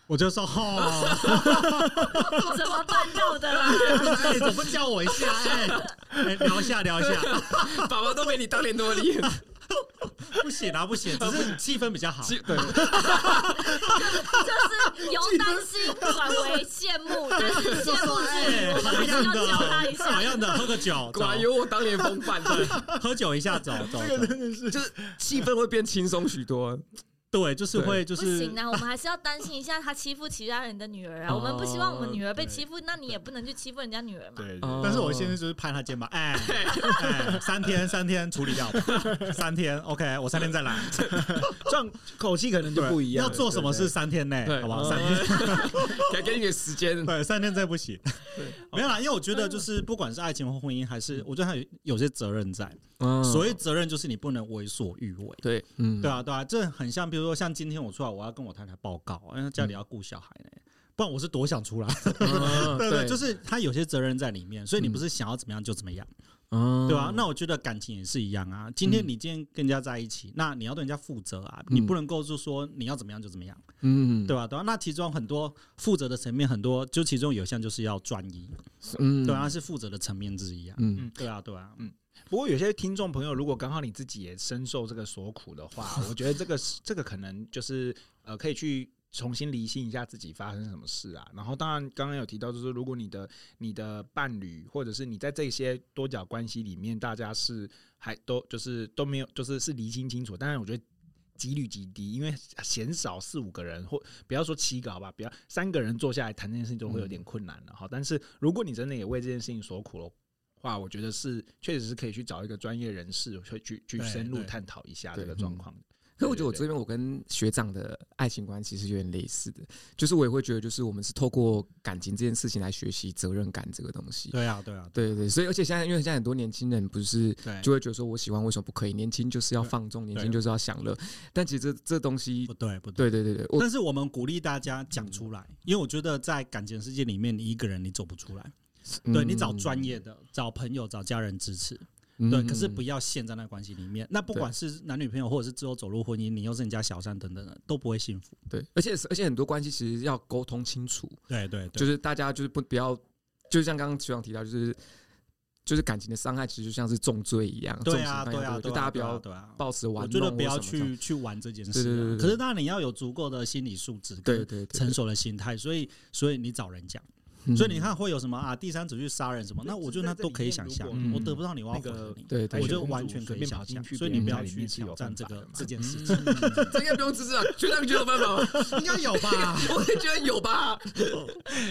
Speaker 3: 我就说哦，
Speaker 4: 怎么办到的
Speaker 3: [laughs]
Speaker 4: 啦？
Speaker 3: 哎，怎么不叫我一下？哎， [laughs] 哎聊一下聊一下，
Speaker 2: [laughs] 爸爸都没你当年那么厉 [laughs] 害，
Speaker 3: 不行啊不
Speaker 4: [laughs]
Speaker 3: 行，只是气氛比较好，
Speaker 2: 对，
Speaker 4: 就是由担心转为羡慕，但是羡慕
Speaker 3: 哎，
Speaker 4: 是我们
Speaker 3: 好
Speaker 4: 还
Speaker 3: 样
Speaker 4: 是要
Speaker 3: 的，哦
Speaker 4: 教他一
Speaker 3: 好
Speaker 4: 下。
Speaker 3: 样的，喝个酒，
Speaker 2: 果然
Speaker 3: 走
Speaker 2: 有我当年风范。对，
Speaker 3: 喝酒一下，走走，走
Speaker 2: 就是气氛会变轻松许多。
Speaker 3: 哎对，就是会就
Speaker 4: 不
Speaker 3: 是
Speaker 4: 行啊，我们还是要担心一下他欺负其他人的女儿啊。
Speaker 2: 哦
Speaker 4: 我们不希望我们女儿被
Speaker 3: 对
Speaker 4: 欺负，那你也不能去欺负人家女儿嘛。
Speaker 5: 对，
Speaker 2: 哦
Speaker 3: 但是我现在就是拍他肩膀，哎，哎三天三天处理
Speaker 4: [laughs]
Speaker 3: 掉吧，三天 OK，我三天再来，
Speaker 5: 这样口气可能就不一样
Speaker 3: 要
Speaker 5: 了。
Speaker 3: 做什么事三天内，
Speaker 2: 对，
Speaker 3: 好不好？
Speaker 2: 哦 [laughs]
Speaker 3: 三天， [laughs]
Speaker 2: 给给你点时间。
Speaker 3: 对，三天再不行
Speaker 2: 对，嗯
Speaker 3: 没有啦，因为我觉得就是不管是爱情或婚姻，还是我觉得他有有些责任在，
Speaker 2: 嗯
Speaker 3: 所谓责任就是你不能为所欲为。
Speaker 2: 对，嗯
Speaker 3: 对，啊，对啊，这很像，比如说像今天我出来，我要跟我太太报告，因为家里要顾小孩呢、不然我是多想出来，
Speaker 2: 嗯
Speaker 3: [laughs] 对对，就是是他有些责任在里面，所以你不是想要怎么样就怎么样，对
Speaker 2: 对
Speaker 3: 吧、那我觉得感情也是一样啊。今天
Speaker 2: 嗯
Speaker 3: 你今天跟人家在一起，那你要对人家负责啊，你
Speaker 2: 嗯
Speaker 3: 不能够就说你要怎么样就怎么样，
Speaker 2: 嗯
Speaker 3: 对吧、啊对吧、那其中很多负责的层面，很多就其中有一项就是要专一，
Speaker 2: 嗯
Speaker 3: 对啊，那是负责的层面之一啊。
Speaker 2: 嗯
Speaker 3: 对啊，对啊，
Speaker 5: 不过有些听众朋友，如果刚好你自己也深受这个所苦的话，我觉得这个是这个可能就是呃，可以去重新理性一下自己发生什么事啊。然后当然刚刚有提到，就是如果你的你的伴侣或者是你在这些多角关系里面，大家是还都就是都没有就是是厘清清楚，当然我觉得。几率极低，因为嫌少四五个人或不要说七个好吧，不要三个人坐下来谈这件事情都会有点困难了哈。但是如果你真的也为这件事情所苦的话，我觉得是确实是可以去找一个专业人士去去去
Speaker 3: 对
Speaker 5: 深入
Speaker 3: 对
Speaker 5: 探讨一下
Speaker 2: 对
Speaker 5: 这个状况。
Speaker 2: 可我觉得我
Speaker 5: 对对对
Speaker 2: 这边我跟学长的爱情观其实有点类似的，就是我也会觉得，就是我们是透过感情这件事情来学习责任感这个东西。
Speaker 3: 对啊，对啊，
Speaker 2: 对对对，所以而且现在，因为现在很多年轻人不是
Speaker 3: 对，
Speaker 2: 就会觉得说，我喜欢为什么不可以？年轻就是要
Speaker 3: 对
Speaker 2: 放纵，年轻
Speaker 3: 对
Speaker 2: 就是要享乐。但其实这这东西
Speaker 3: 不，对，不对。
Speaker 2: 对对对对，我
Speaker 3: 但是我们鼓励大家讲出来，因为我觉得在感情世界里面，你一个人你走不出来，对你找专业的、找朋友、找家人支持，
Speaker 2: 嗯
Speaker 3: 对。
Speaker 2: 嗯
Speaker 3: 可是
Speaker 2: 嗯
Speaker 3: 不要陷在那关系里面。那不管是男女朋友，或者是之后走入婚姻，你又是人家小三等等的，都不会幸福。
Speaker 2: 对，而且而且很多关系其实要沟通清楚，
Speaker 3: 对对
Speaker 2: 就
Speaker 3: 对，
Speaker 2: 是大家就是不不要，就像刚刚学长提到，就是就是感情的伤害，其实就像是重罪一样，
Speaker 3: 对啊，
Speaker 2: 重刑
Speaker 3: 对
Speaker 2: 犯一样
Speaker 3: 啊，
Speaker 2: 就
Speaker 3: 对啊
Speaker 2: 大家不
Speaker 3: 对啊
Speaker 2: 要
Speaker 3: 对啊。
Speaker 2: 抱持玩
Speaker 3: 我
Speaker 2: 弄
Speaker 3: 觉得不要
Speaker 2: 或什么
Speaker 3: 去去玩这件
Speaker 2: 对对
Speaker 3: 事、
Speaker 2: 对
Speaker 3: 啊，
Speaker 2: 对
Speaker 3: 可是当然你要有足够的心理素质，
Speaker 2: 这样对对对，
Speaker 3: 成熟的心态，所以所以你找人讲，
Speaker 2: 嗯
Speaker 3: 所以你看会有什么啊？第三者去杀人什么，那我觉得那都可以想象
Speaker 5: 如
Speaker 2: 果，
Speaker 3: 我得不到你，我要回你。
Speaker 2: 对对，
Speaker 3: 我
Speaker 5: 白雪
Speaker 3: 就
Speaker 5: 公主
Speaker 3: 完全可
Speaker 5: 随
Speaker 3: 以
Speaker 5: 便
Speaker 3: 想
Speaker 5: 跑进
Speaker 3: 象，
Speaker 5: 去
Speaker 3: 所以
Speaker 5: 别
Speaker 3: 你
Speaker 5: 人
Speaker 3: 不
Speaker 5: 家
Speaker 3: 要
Speaker 5: 里
Speaker 3: 去
Speaker 5: 面是
Speaker 3: 挑
Speaker 5: 有
Speaker 3: 战
Speaker 5: 办
Speaker 3: 这
Speaker 5: 法的
Speaker 3: 个
Speaker 5: 嘛
Speaker 3: 这件事情，
Speaker 2: 嗯 [laughs] 这应该不用知识啊，学长你觉得有办法吗？
Speaker 3: [laughs] 应该有 [laughs] 吧？
Speaker 2: 我也觉得有吧。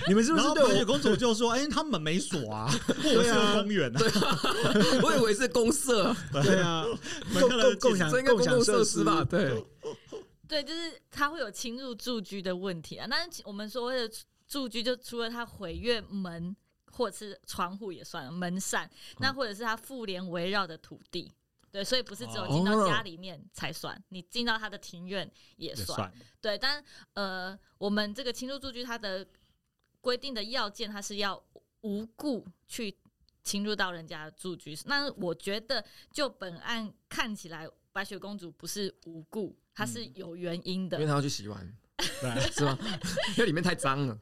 Speaker 5: 你们是不
Speaker 3: 然
Speaker 5: 是
Speaker 3: 后
Speaker 5: 对
Speaker 3: 白
Speaker 5: 我
Speaker 3: 雪公主就 [laughs] 说：“哎，他们没锁啊，我
Speaker 5: 对
Speaker 3: 是
Speaker 5: 啊
Speaker 3: 个公园啊，
Speaker 2: 我以为是公社，
Speaker 5: 对
Speaker 3: [laughs]
Speaker 5: 啊，
Speaker 3: 门克勒
Speaker 5: 共共享
Speaker 2: 这应该公
Speaker 5: 共享
Speaker 2: 共设
Speaker 5: 设
Speaker 2: 施
Speaker 5: 施
Speaker 2: 吧？对，
Speaker 4: 对，就是他会有侵入住居的问题啊。但是我们所谓的住居，就除了他毁约门或者是窗户也算了，门扇，那或者是他妇联围绕的土地。对，所以不是只有进到家里面才算，你进到他的庭院也
Speaker 3: 也
Speaker 4: 算。
Speaker 3: 算
Speaker 4: 对，但呃，我们这个侵入住居它的规定的要件，它是要无故去侵入到人家的住居。那我觉得，就本案看起来，白雪公主不是无故，她是有原因的
Speaker 2: 嗯因为，他要去洗碗，
Speaker 3: 对啊
Speaker 2: 是吗？因为里面太脏了。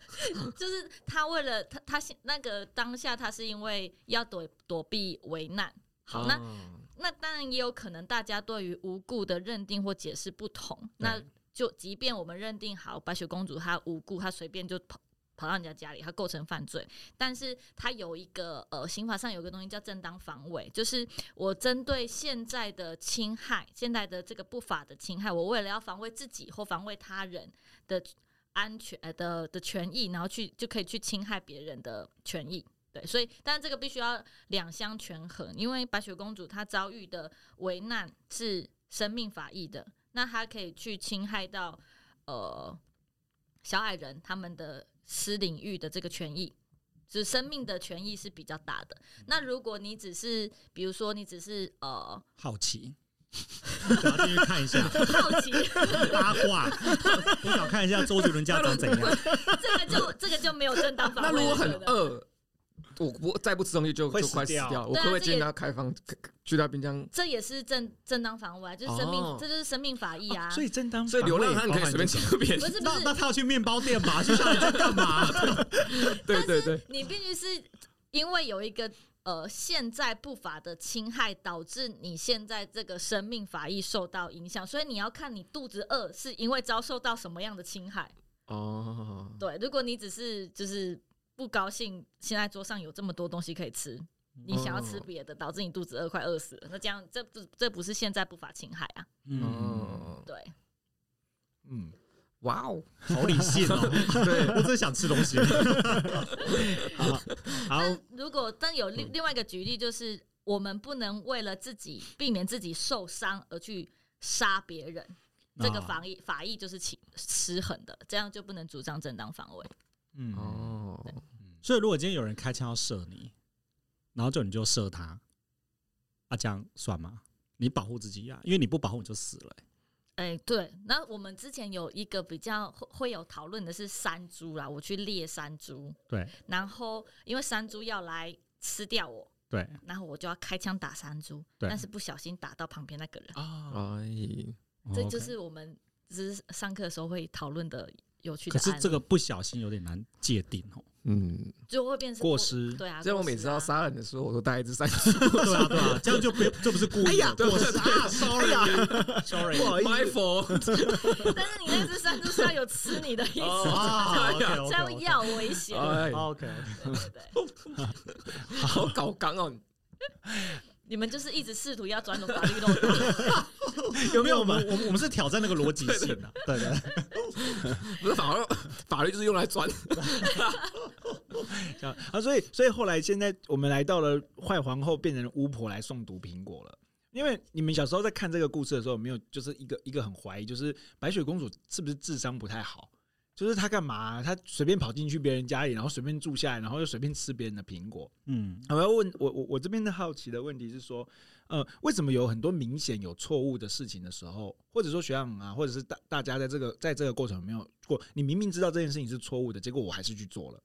Speaker 4: 就是她为了她她现那个当下，她是因为要躲躲避危难。好，那
Speaker 2: 哦
Speaker 4: 那当然也有可能大家对于无故的认定或解释不同。那
Speaker 2: 对
Speaker 4: 就即便我们认定好白雪公主她无故，她随便就跑跑到人家家里，她构成犯罪，但是她有一个呃刑法上有一个东西叫正当防卫，就是我针对现在的侵害，现在的这个不法的侵害，我为了要防卫自己或防卫他人的安全呃的的权益，然后去就可以去侵害别人的权益。对，所以但这个必须要两相权衡，因为白雪公主她遭遇的危难是生命法益的，那她可以去侵害到呃小矮人他们的私领域的这个权益，就是生命的权益是比较大的。
Speaker 2: 嗯
Speaker 4: 那如果你只是比如说你只是呃
Speaker 3: 好 [laughs] 奇。”想要进去看一下
Speaker 4: 好奇， [laughs]
Speaker 3: 八卦，我想看一下周杰伦家长怎样。
Speaker 4: 这个就这个就没有正当防
Speaker 2: 那
Speaker 4: 卫了。
Speaker 2: 如果很
Speaker 4: 对不对
Speaker 2: 饿，我我再不吃东西就
Speaker 5: 会
Speaker 2: 就
Speaker 5: 死
Speaker 2: 快死
Speaker 5: 掉
Speaker 2: 掉了，我
Speaker 4: 对啊
Speaker 2: 可不可以
Speaker 4: 这
Speaker 2: 建议
Speaker 4: 也
Speaker 2: 他开放去到滨
Speaker 3: 啊
Speaker 2: 江？
Speaker 4: 这也是正正当防卫啊，就是生命，
Speaker 2: 哦
Speaker 4: 这就是生命法益啊。
Speaker 5: 所以正当
Speaker 2: 所以流浪汉可以随便
Speaker 5: 讲。
Speaker 2: 去路边 [laughs]
Speaker 4: 不，
Speaker 3: [laughs]
Speaker 4: 是不
Speaker 3: 那
Speaker 4: 是，
Speaker 3: 那他要去面包店吧？ [laughs] 去到底在干嘛？
Speaker 2: 对对对，
Speaker 4: 你必须是因为有一个呃现在不法的侵害，导致你现在这个生命法益受到影响，所以你要看你肚子饿是因为遭受到什么样的侵害。
Speaker 2: 哦，
Speaker 4: 对，如果你只是就是不高兴，现在桌上有这么多东西可以吃。你想要吃
Speaker 2: 哦
Speaker 4: 别的，导致你肚子饿，快饿死了。那这样，这不这不是现在不法侵害啊？
Speaker 3: 嗯
Speaker 2: 哦，
Speaker 4: 对，
Speaker 5: 嗯，
Speaker 2: 哇哦，
Speaker 3: 好理性哦， [laughs]
Speaker 2: 对，
Speaker 3: 我真想吃东西。 [laughs] 好，好，
Speaker 4: 但如果但有另另外一个举例，就是我们不能为了自己避免自己受伤而去杀别人，这个
Speaker 3: 啊
Speaker 4: 防疫法益就是起失衡的，这样就不能主张正当防卫。
Speaker 5: 嗯
Speaker 2: 哦，
Speaker 3: 所以如果今天有人开枪要射你，然后就你就射他，啊，这样算吗？你保护自己呀、因为你不保护你就死了、欸
Speaker 4: 哎、对，那我们之前有一个比较会会有讨论的是山猪啦，我去猎山猪，
Speaker 3: 对
Speaker 4: 然后因为山猪要来吃掉我，
Speaker 3: 对，
Speaker 4: 然后我就要开枪打山猪，
Speaker 3: 对
Speaker 4: 但是不小心打到旁边那个人，
Speaker 5: 啊，
Speaker 2: 哎，
Speaker 4: 这就
Speaker 3: 哦 OK
Speaker 4: 是我们只是上课的时候会讨论的有趣的
Speaker 3: 可
Speaker 4: 案例。
Speaker 3: 是这个不小心有点难界定哦。
Speaker 2: 嗯，
Speaker 4: 就会变成
Speaker 5: 过失
Speaker 4: 对啊，
Speaker 2: 这样我
Speaker 4: 过失
Speaker 2: 每次要
Speaker 4: 啊
Speaker 2: 杀人的时候，我都带一只三叔，
Speaker 3: 对啊，对啊，这样就不这不是故意的，
Speaker 2: 对
Speaker 3: 过失
Speaker 2: 对
Speaker 3: 哎，sorry，
Speaker 2: 埋伏，
Speaker 4: 但是你那只山猪是要有吃你的意思，
Speaker 3: 啊
Speaker 4: 是要
Speaker 3: ，OK，OK，OK，
Speaker 4: 要威胁。
Speaker 2: 哎，
Speaker 3: OK，
Speaker 4: 对对对
Speaker 2: 好搞刚哦，
Speaker 4: 你们就是一直试图要钻法律漏洞，
Speaker 3: 有没有？我们我们我们是挑战那个逻辑性啊，对对对
Speaker 2: 不是法律，法律就是用来钻。
Speaker 5: 这样啊，所以所以后来现在我们来到了坏皇后变成巫婆来送毒苹果了。因为你们小时候在看这个故事的时候，有没有就是一个一个很怀疑，就是白雪公主是不是智商不太好？就是她干嘛？啊她随便跑进去别人家里，然后随便住下来，然后又随便吃别人的苹果。
Speaker 3: 嗯，
Speaker 5: 我要问我我我这边的好奇的问题是说，呃，为什么有很多明显有错误的事情的时候，或者说学长啊，或者是大大家在这个在这个过程有没有过，你明明知道这件事情是错误的，结果我还是去做了。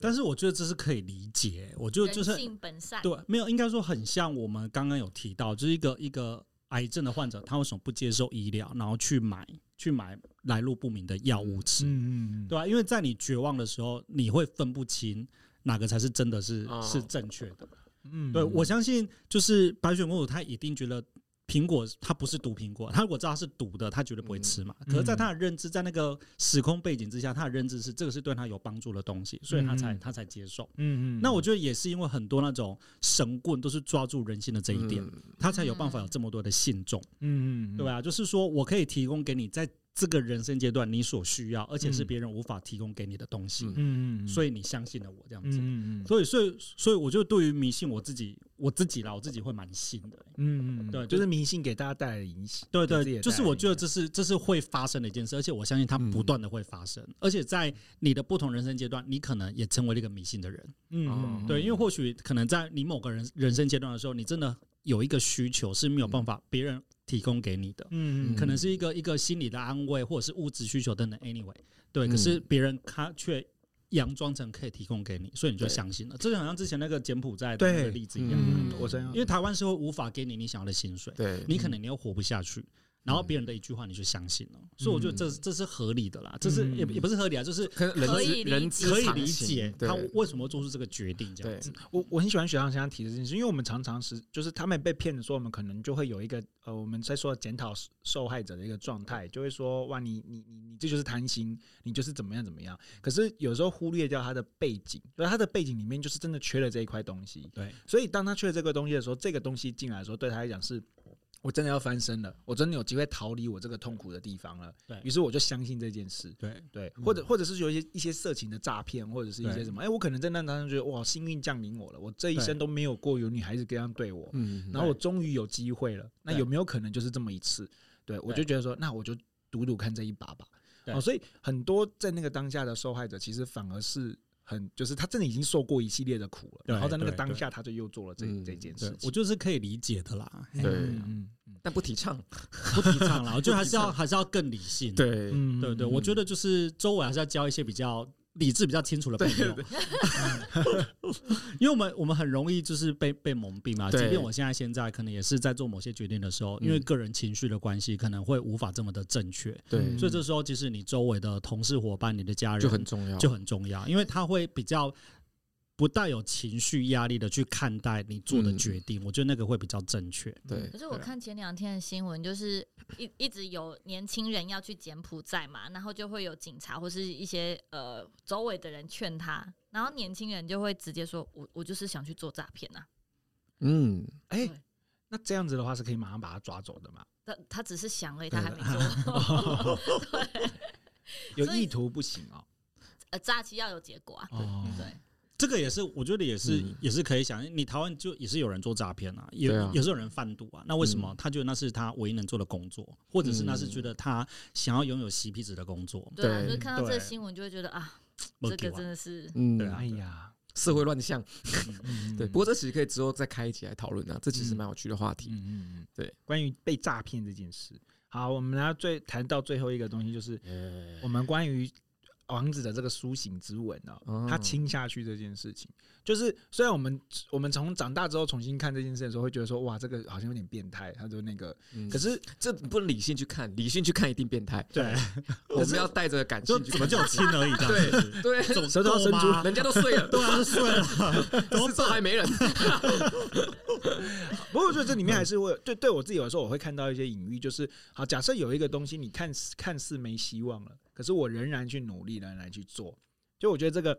Speaker 3: 但是我觉得这是可以理解，我觉得就
Speaker 4: 人
Speaker 3: 是
Speaker 4: 性本善。
Speaker 3: 对，没有，应该说很像我们刚刚有提到，就是一个一个癌症的患者，他为什么不接受医疗，然后去买去买来路不明的药物吃，
Speaker 5: 嗯嗯
Speaker 3: 对吧、啊因为在你绝望的时候，你会分不清哪个才是真的是、
Speaker 2: 哦
Speaker 3: 是正确的。
Speaker 5: 嗯
Speaker 3: 对我相信，就是白雪公主她一定觉得。苹果，她不是毒苹果。她如果知道它是毒的，她绝对不会吃嘛。
Speaker 5: 嗯
Speaker 3: 可是，在她的认知，在那个时空背景之下，她的认知是这个是对她有帮助的东西，所以她才
Speaker 5: 嗯
Speaker 3: 她才接受。
Speaker 5: 嗯嗯
Speaker 3: 那我觉得也是因为很多那种神棍都是抓住人性的这一点，
Speaker 2: 嗯
Speaker 3: 他才有办法有这么多的信众，
Speaker 5: 嗯嗯
Speaker 3: 对吧、就是说我可以提供给你在这个人生阶段你所需要，而且是别人无法提供给你的东西，
Speaker 2: 嗯
Speaker 5: 嗯嗯，
Speaker 3: 所
Speaker 5: 以
Speaker 3: 以你相信了我这样子。
Speaker 5: 嗯嗯
Speaker 3: 所以，所以，所以，我就对于迷信，我自己，我自己啦，我自己会蛮信的、
Speaker 5: 嗯嗯，
Speaker 3: 对
Speaker 5: 就是迷信给大家带来的影响，
Speaker 3: 对
Speaker 5: 给自己
Speaker 3: 对，
Speaker 5: 也
Speaker 3: 就是
Speaker 5: 带来
Speaker 3: 我
Speaker 5: 影
Speaker 3: 觉得
Speaker 5: 响
Speaker 3: 这是这是会发生的一件事，而且我相信
Speaker 5: 嗯
Speaker 3: 它不断的会发生，而且在你的不同人生阶段，你可能也成为了一个迷信的人。
Speaker 5: 嗯嗯
Speaker 3: 对，因为或许可能在你某个人人生阶段的时候，你真的有一个需求是没有办法别人提供给你的，
Speaker 5: 嗯嗯
Speaker 3: 可能是一个一个心理的安慰，或者是物质需求等等。Anyway，对，
Speaker 2: 嗯
Speaker 3: 可是别人他却佯装成可以提供给你，所以你就相信了。这就好像之前那个柬埔寨的那个
Speaker 5: 对
Speaker 3: 例子一样，
Speaker 2: 嗯
Speaker 5: 我真
Speaker 3: 因为台湾社会无法给你你想要的薪水，
Speaker 2: 对，
Speaker 3: 你可能你又活不下去。然后别人的一句话你就相信了，所以我觉得这这是合理的啦，这是也也不是合理啊，就是
Speaker 2: 可能人
Speaker 4: 可
Speaker 2: 之
Speaker 4: 以理
Speaker 2: 人
Speaker 4: 解
Speaker 2: 之
Speaker 3: 可以
Speaker 2: 常
Speaker 3: 理
Speaker 2: 情
Speaker 3: 解
Speaker 2: 对
Speaker 3: 他为什么做出这个决定这样
Speaker 2: 对
Speaker 3: 子。
Speaker 5: 我我很喜欢学长先生提的这件事，因为我们常常是就是他们被骗的时候，我们可能就会有一个呃，我们在说检讨受受害者的一个状态，就会说哇，你你你你这就是贪心，你就是怎么样怎么样。可是有时候忽略掉他的背景，就是他的背景里面就是真的缺了这一块东西。
Speaker 3: 对，
Speaker 5: 所以当他缺了这个东西的时候，这个东西进来的时候，对他来讲是。我真的要翻身了，我真的有机会逃离我这个痛苦的地方了。
Speaker 3: 对
Speaker 5: 于是我就相信这件事。
Speaker 3: 对，
Speaker 5: 对，或者或者是有一些一些色情的诈骗，或者是一些
Speaker 3: 对
Speaker 5: 什么，哎、我可能在那当中觉得哇，幸运降临我了，我这一
Speaker 3: 对
Speaker 5: 生都没有过有女孩子这样对我，
Speaker 2: 嗯，
Speaker 5: 然后我终于有机会了，那
Speaker 3: 对
Speaker 5: 有没有可能就是这么一次？对我
Speaker 3: 对
Speaker 5: 就觉得说，那我就赌赌看这一把吧。
Speaker 3: 对
Speaker 5: 哦，所以很多在那个当下的受害者，其实反而是很，就是他真的已经受过一系列的苦了，
Speaker 3: 对
Speaker 5: 然后在那个
Speaker 3: 对
Speaker 5: 当
Speaker 3: 对
Speaker 5: 下，他就又做了这
Speaker 2: 嗯
Speaker 5: 这件
Speaker 3: 对
Speaker 5: 事，情。
Speaker 3: 我就是可以理解的啦，
Speaker 2: 对
Speaker 5: 嗯嗯
Speaker 2: 但不提倡。
Speaker 3: 不提倡啦，我觉得还是
Speaker 2: [laughs]
Speaker 3: 要还是要更理性。
Speaker 2: 对，
Speaker 5: 嗯
Speaker 3: 对对，我觉
Speaker 5: 得
Speaker 3: 得就是周围还是要交一些比较理智、比较清楚的朋友，因为我们我们很容易就是被被蒙蔽嘛。即
Speaker 2: 对
Speaker 3: 便我现在现在可能也是在做某些决定的时候，因为
Speaker 2: 嗯
Speaker 3: 个人情绪的关系，可能会无法这么的正确，
Speaker 2: 对
Speaker 5: 嗯
Speaker 3: 所以这时候其实你周围的同事、伙伴、你的家人
Speaker 2: 就很重要。
Speaker 3: 就很重要，因为他会比较不带有情绪压力的去看待你做的
Speaker 2: 嗯
Speaker 3: 决定，我觉得那个会比较正确。
Speaker 2: 对
Speaker 4: 可，是我看前两天的新闻，就是一一直有年轻人要去柬埔寨嘛，然后就会有警察或是一些呃周围的人劝他，然后年轻人就会直接说：“我我就是想去做诈骗啊。
Speaker 2: 嗯，
Speaker 5: 哎、
Speaker 4: 对
Speaker 5: 那这样子的话是可以马上把他抓走的嘛？”
Speaker 4: 他他只是想而已，他还没做。 [laughs] 对，
Speaker 5: 有
Speaker 4: 所以
Speaker 5: 意图不行哦。
Speaker 4: 呃，诈欺要有结果啊。
Speaker 5: 哦
Speaker 4: 对，
Speaker 3: 这个也是，我觉得也是，
Speaker 2: 嗯
Speaker 3: 也是可以想。你台湾就也是有人做诈骗啊，也、
Speaker 2: 对啊
Speaker 3: 也是有人贩毒啊。那为什么
Speaker 2: 嗯
Speaker 3: 他觉得那是他唯一能做的工作，或者是那是
Speaker 2: 嗯
Speaker 3: 觉得他想要拥有嬉皮子的工作？
Speaker 4: 对啊，
Speaker 2: 对
Speaker 4: 就是看到这个
Speaker 3: 对
Speaker 4: 新闻就会觉得啊，
Speaker 3: 没
Speaker 4: 这个
Speaker 3: 救啊
Speaker 4: 真的是
Speaker 2: 嗯，
Speaker 3: 对啊
Speaker 5: 哎呀，
Speaker 2: 社会乱象。
Speaker 5: 嗯
Speaker 2: 对，不过这其实可以之后再开一起来讨论啊，这其实
Speaker 5: 嗯
Speaker 2: 蛮有趣的话题。
Speaker 5: 嗯嗯嗯，
Speaker 2: 对，
Speaker 5: 关于被诈骗这件事，好，我们来到最谈到最后一个东西，就是我们关于王子的这个苏醒之吻呢、
Speaker 2: 哦
Speaker 5: 他亲下去这件事情，就是虽然我们我们从长大之后重新看这件事的时候，会觉得说哇，这个好像有点变态，他就那个，
Speaker 2: 嗯
Speaker 5: 可是
Speaker 2: 这不理性去看，理性去看一定变态。
Speaker 3: 对，
Speaker 2: 我们要带着感
Speaker 3: 就
Speaker 2: 性去
Speaker 3: 怎么
Speaker 2: 看。
Speaker 3: 就亲而已，这样子
Speaker 2: [laughs] 对，
Speaker 3: 怎么
Speaker 5: 舌头要伸出
Speaker 3: 够吗
Speaker 2: 人家都睡了，
Speaker 3: [laughs] 对啊，就睡
Speaker 2: [laughs]
Speaker 3: 了，怎么
Speaker 2: 四周还没人。
Speaker 5: 不过我觉得这里面还是会对对我自己有时候我会看到一些隐喻，就是好，假设有一个东西你看似看似没希望了，可是我仍然去努力，仍然去做，就我觉得这个。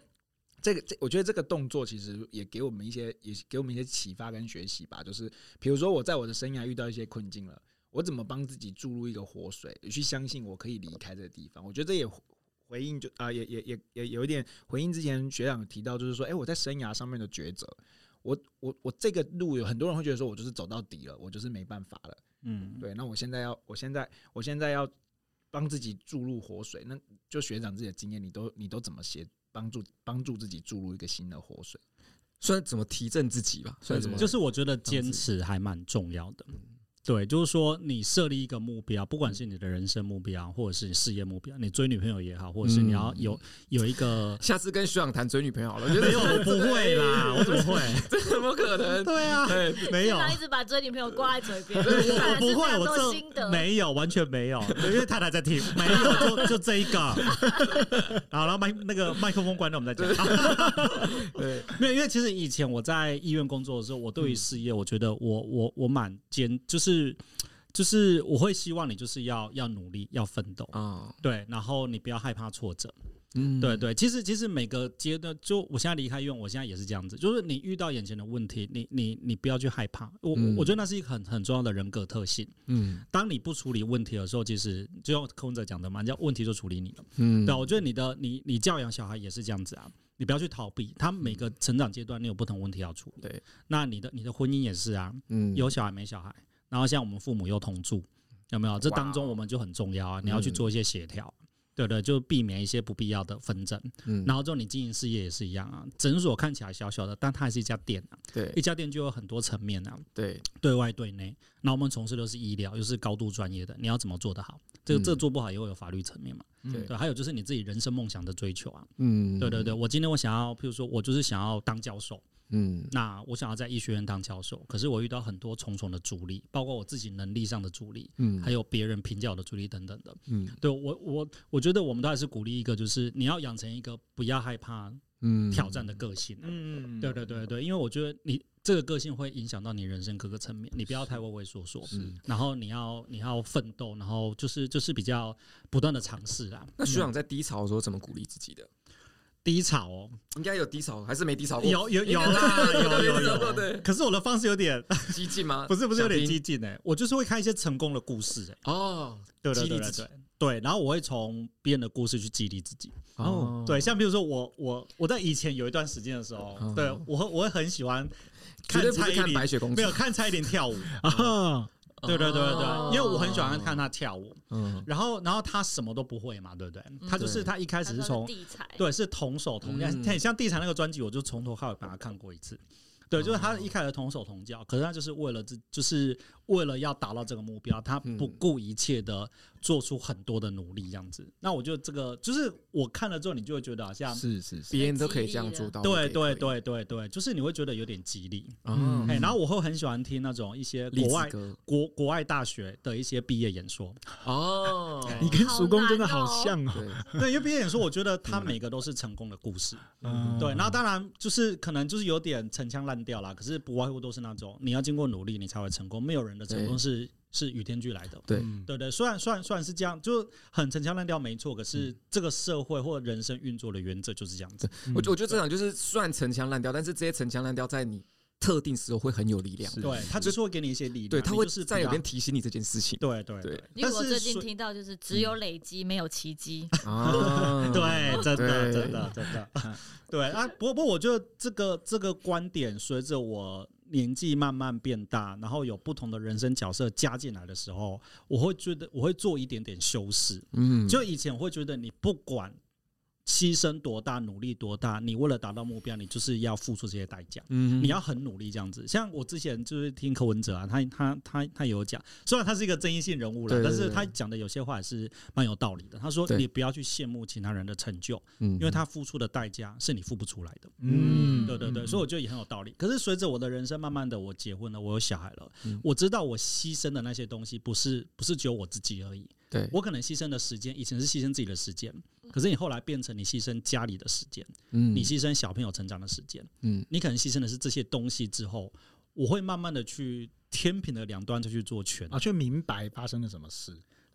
Speaker 5: 这个这，我觉得这个动作其实也给我们一些，也给我们一些启发跟学习吧。就是比如说我在我的生涯遇到一些困境了，我怎么帮自己注入一个活水，去相信我可以离开这个地方。我觉得这也回应就啊、也也也也有一点回应之前学长提到，就是说，哎、我在生涯上面的抉择。我我我这个路有很多人会觉得说，我就是走到底了，我就是没办法了。
Speaker 3: 嗯，
Speaker 5: 对，那我现在要，我现在，我现在要帮自己注入活水。那就学长自己的经验，你都你都怎么协帮助帮助自己注入一个新的活水？
Speaker 2: 算怎么提振自己吧，算怎么
Speaker 3: 就是我觉得坚持还蛮重要的。对，就是说你设立一个目标，不管是你的人生目标，或者是你事业目标，你追女朋友也好，或者是你要
Speaker 2: 嗯，
Speaker 3: 有有一个
Speaker 2: 下次跟学长谈追女朋友好了，我觉得
Speaker 3: 没有，我不会啦，我怎么会？
Speaker 2: 这怎么可能？
Speaker 3: 对啊，
Speaker 2: 对，
Speaker 3: 没有
Speaker 4: 经，常一直把追女朋友挂在嘴边， [laughs]
Speaker 3: 我不会，
Speaker 4: 看来是非常
Speaker 3: 我
Speaker 4: 多心
Speaker 3: 这
Speaker 4: 得。
Speaker 3: 没有，完全没有，因为太太在听，没有，
Speaker 4: [laughs]
Speaker 3: 就就这一个。好，然后麦那个麦克风关掉，我们再讲。 [laughs]
Speaker 2: 对，
Speaker 3: 没有，因为其实以前我在医院工作的时候，我对于事业，我觉得我我我蛮坚，就是就是我会希望你就是要要努力，要奋斗。
Speaker 2: 啊，
Speaker 3: 对，然后你不要害怕挫折，
Speaker 2: 嗯
Speaker 3: 对，对。其实其实每个阶段，就我现在离开医院，我现在也是这样子，就是你遇到眼前的问题，你你你不要去害怕。我、
Speaker 2: 嗯
Speaker 3: 我觉得那是一个很很重要的人格特性。
Speaker 2: 嗯
Speaker 3: 当你不处理问题的时候，其实就像空哲讲的嘛，人家问题就处理你了。
Speaker 2: 嗯
Speaker 3: 对啊，我觉得你的你你教养小孩也是这样子啊，你不要去逃避，他每个成长阶段你有不同问题要处理。
Speaker 2: 对，
Speaker 3: 那你的你的婚姻也是啊，
Speaker 2: 嗯
Speaker 3: 有小孩没小孩，然后像我们父母又同住，有没有？这当
Speaker 2: 哦
Speaker 3: 中我们就很重要啊，你要
Speaker 2: 嗯
Speaker 3: 去做一些协调。对对，就避免一些不必要的纷争。
Speaker 2: 嗯
Speaker 3: 然后之后你经营事业也是一样啊，诊所看起来小小的，但它还是一家店啊，
Speaker 2: 对
Speaker 3: 一家店就有很多层面啊。
Speaker 2: 对，
Speaker 3: 对外对内。那我们从事的是医疗，又是高度专业的，你要怎么做得好？这个、
Speaker 2: 嗯
Speaker 3: 这个做不好也会有法律层面嘛。
Speaker 5: 嗯
Speaker 2: 对
Speaker 3: 对，还有就是你自己人生梦想的追求啊。
Speaker 2: 嗯
Speaker 3: 对对对，，我今天我想要，譬如说我就是想要当教授，
Speaker 2: 嗯
Speaker 3: 那我想要在医学院当教授，可是我遇到很多重重的阻力，包括我自己能力上的阻力，
Speaker 2: 嗯，
Speaker 3: 还有别人评价我的阻力等等的。
Speaker 2: 嗯
Speaker 3: 对我我我觉得我们都还是鼓励一个，就是你要养成一个不要害怕
Speaker 2: 嗯
Speaker 3: 挑战的个性、啊。
Speaker 5: 嗯
Speaker 3: 对对对对，因为我觉得你这个个性会影响到你人生各个层面，你不要太畏畏缩缩，
Speaker 2: 嗯是。
Speaker 3: 然后你要你要奋斗，然后就是就是比较不断的尝试啊。
Speaker 2: 那学长在低潮的时候怎么鼓励自己的？
Speaker 3: 低潮哦，
Speaker 2: 应该有低潮，还是没低潮过？
Speaker 3: 有有有
Speaker 2: 啊应该
Speaker 3: 啦，
Speaker 2: 对
Speaker 3: 有
Speaker 2: 对
Speaker 3: 有
Speaker 2: 对对对
Speaker 3: 有。
Speaker 2: 对
Speaker 3: 可是我的方式
Speaker 2: [laughs]
Speaker 3: 有点
Speaker 2: 激进吗？
Speaker 3: 不是不是有
Speaker 2: 想
Speaker 3: 点
Speaker 2: 听
Speaker 3: 激进哎，我就是会看一些成功的故事哎，
Speaker 2: 哦
Speaker 3: 对对
Speaker 2: 激励自
Speaker 3: 对对
Speaker 2: 己
Speaker 3: 对对，然后我会从别人的故事去激励自己。
Speaker 2: 哦，
Speaker 3: 对，像比如说我我我在以前有一段时间的时候
Speaker 2: 哦，
Speaker 3: 对我会我会很喜欢
Speaker 2: 绝
Speaker 3: 看
Speaker 2: 对不
Speaker 3: 蔡
Speaker 2: 是
Speaker 3: 依
Speaker 2: 看
Speaker 3: 林
Speaker 2: 白雪公主
Speaker 3: 没有，看蔡依林
Speaker 2: [laughs]
Speaker 3: 跳舞，
Speaker 5: 啊，
Speaker 3: 对对对对
Speaker 4: 哦
Speaker 3: 对，因为我很喜欢看她跳舞，
Speaker 2: 嗯
Speaker 3: 然后然后她什么都不会嘛，对不对？她就是
Speaker 2: 对
Speaker 3: 她一开始是从
Speaker 4: 地才，
Speaker 3: 对是同手同脚，
Speaker 2: 嗯
Speaker 3: 很像地产那个专辑，我就从头到尾把它看过一次。
Speaker 2: 哦
Speaker 3: 对，就是她一开始同手同脚，可是她就是为了这，就是为了要达到这个目标，她不
Speaker 2: 嗯
Speaker 3: 顾一切的做出很多的努力，这样子。那我觉得这个就是我看了之后，你就会觉得好像，
Speaker 5: 是是是，
Speaker 2: 别人都可以这样做到，
Speaker 3: 对对
Speaker 2: 啊我
Speaker 3: 对对对，就是你会觉得有点激励。
Speaker 2: 嗯
Speaker 3: 哎、然后我会很喜欢听那种一些
Speaker 2: 也可以，
Speaker 3: 国
Speaker 2: 国
Speaker 3: 外
Speaker 2: 外歌
Speaker 3: 国国外大学的一些毕业演说，
Speaker 2: 哦，
Speaker 3: 哎
Speaker 5: 你跟叔公真的好像哦。
Speaker 3: [laughs]
Speaker 2: 对，
Speaker 3: 对，因为毕业演说，我觉得
Speaker 2: 嗯
Speaker 3: 他每个都是成功的故事，
Speaker 5: 嗯
Speaker 3: 对。然后当然就是可能就是有点陈腔滥调啦，可是不外乎都是那种你要经过努力你才会成功，没有人的成功
Speaker 2: 对
Speaker 3: 是是与天俱来的，
Speaker 2: 对
Speaker 5: 嗯
Speaker 3: 对对。虽然虽然虽然是这样，就很陈腔滥调没错，可
Speaker 2: 嗯
Speaker 3: 是这个社会或人生运作的原则就是这样子，
Speaker 5: 嗯
Speaker 2: 我觉我觉得这场就是算陈腔滥调，但是这些陈腔滥调在你特定时候会很有力量，
Speaker 5: 是
Speaker 3: 对，他就是会给你一些力量，
Speaker 2: 对，他会
Speaker 3: 你就是
Speaker 2: 在有
Speaker 3: 边
Speaker 2: 边提醒你这件事情
Speaker 3: 对对
Speaker 2: 对
Speaker 3: 对。
Speaker 4: 因
Speaker 3: 但
Speaker 4: 为我最
Speaker 3: 是
Speaker 4: 近
Speaker 3: 说嗯
Speaker 4: 听到就是只有累积没有奇迹，
Speaker 2: 啊，
Speaker 3: [laughs] 对，真
Speaker 2: 对
Speaker 3: 的，真的，真
Speaker 2: [laughs]
Speaker 3: 的，对啊。不过，不过，我觉得这个这个观点，随着我年纪慢慢变大，然后有不同的人生角色加进来的时候，我会觉得我会做一点点修饰。
Speaker 2: 嗯，
Speaker 3: 就以前我会觉得，你不管牺牲多大，努力多大，你为了达到目标，你就是要付出这些代价。
Speaker 2: 嗯
Speaker 3: 你要很努力这样子。像我之前就是听柯文哲啊，他他他他有讲，虽然他是一个争议性人物了，
Speaker 2: 对对
Speaker 3: 但
Speaker 2: 对
Speaker 3: 是他讲的有些话也是蛮有道理的。他说
Speaker 2: 对嗯
Speaker 3: 你不要去羡慕其他人的成就，
Speaker 2: 因
Speaker 3: 因为他付出的代价是你付不出来的。
Speaker 5: 嗯
Speaker 3: 对对对，所以我觉得也很有道理。可是随着我的人生慢慢的，我结婚了，我有小孩了，
Speaker 2: 嗯
Speaker 3: 我知道我牺牲的那些东西不是不是只有我自己而已，
Speaker 2: 对
Speaker 3: 我可能牺牲的时间，以前是牺牲自己的时间，可是你后来变成你牺牲家里的时间，
Speaker 2: 嗯
Speaker 3: 你牺牲小朋友成长的时间，
Speaker 2: 嗯
Speaker 3: 你可能牺牲的是这些东西之后，我会慢慢的去天平的两端就去做权。
Speaker 5: 啊啊，却明白发生了什么事。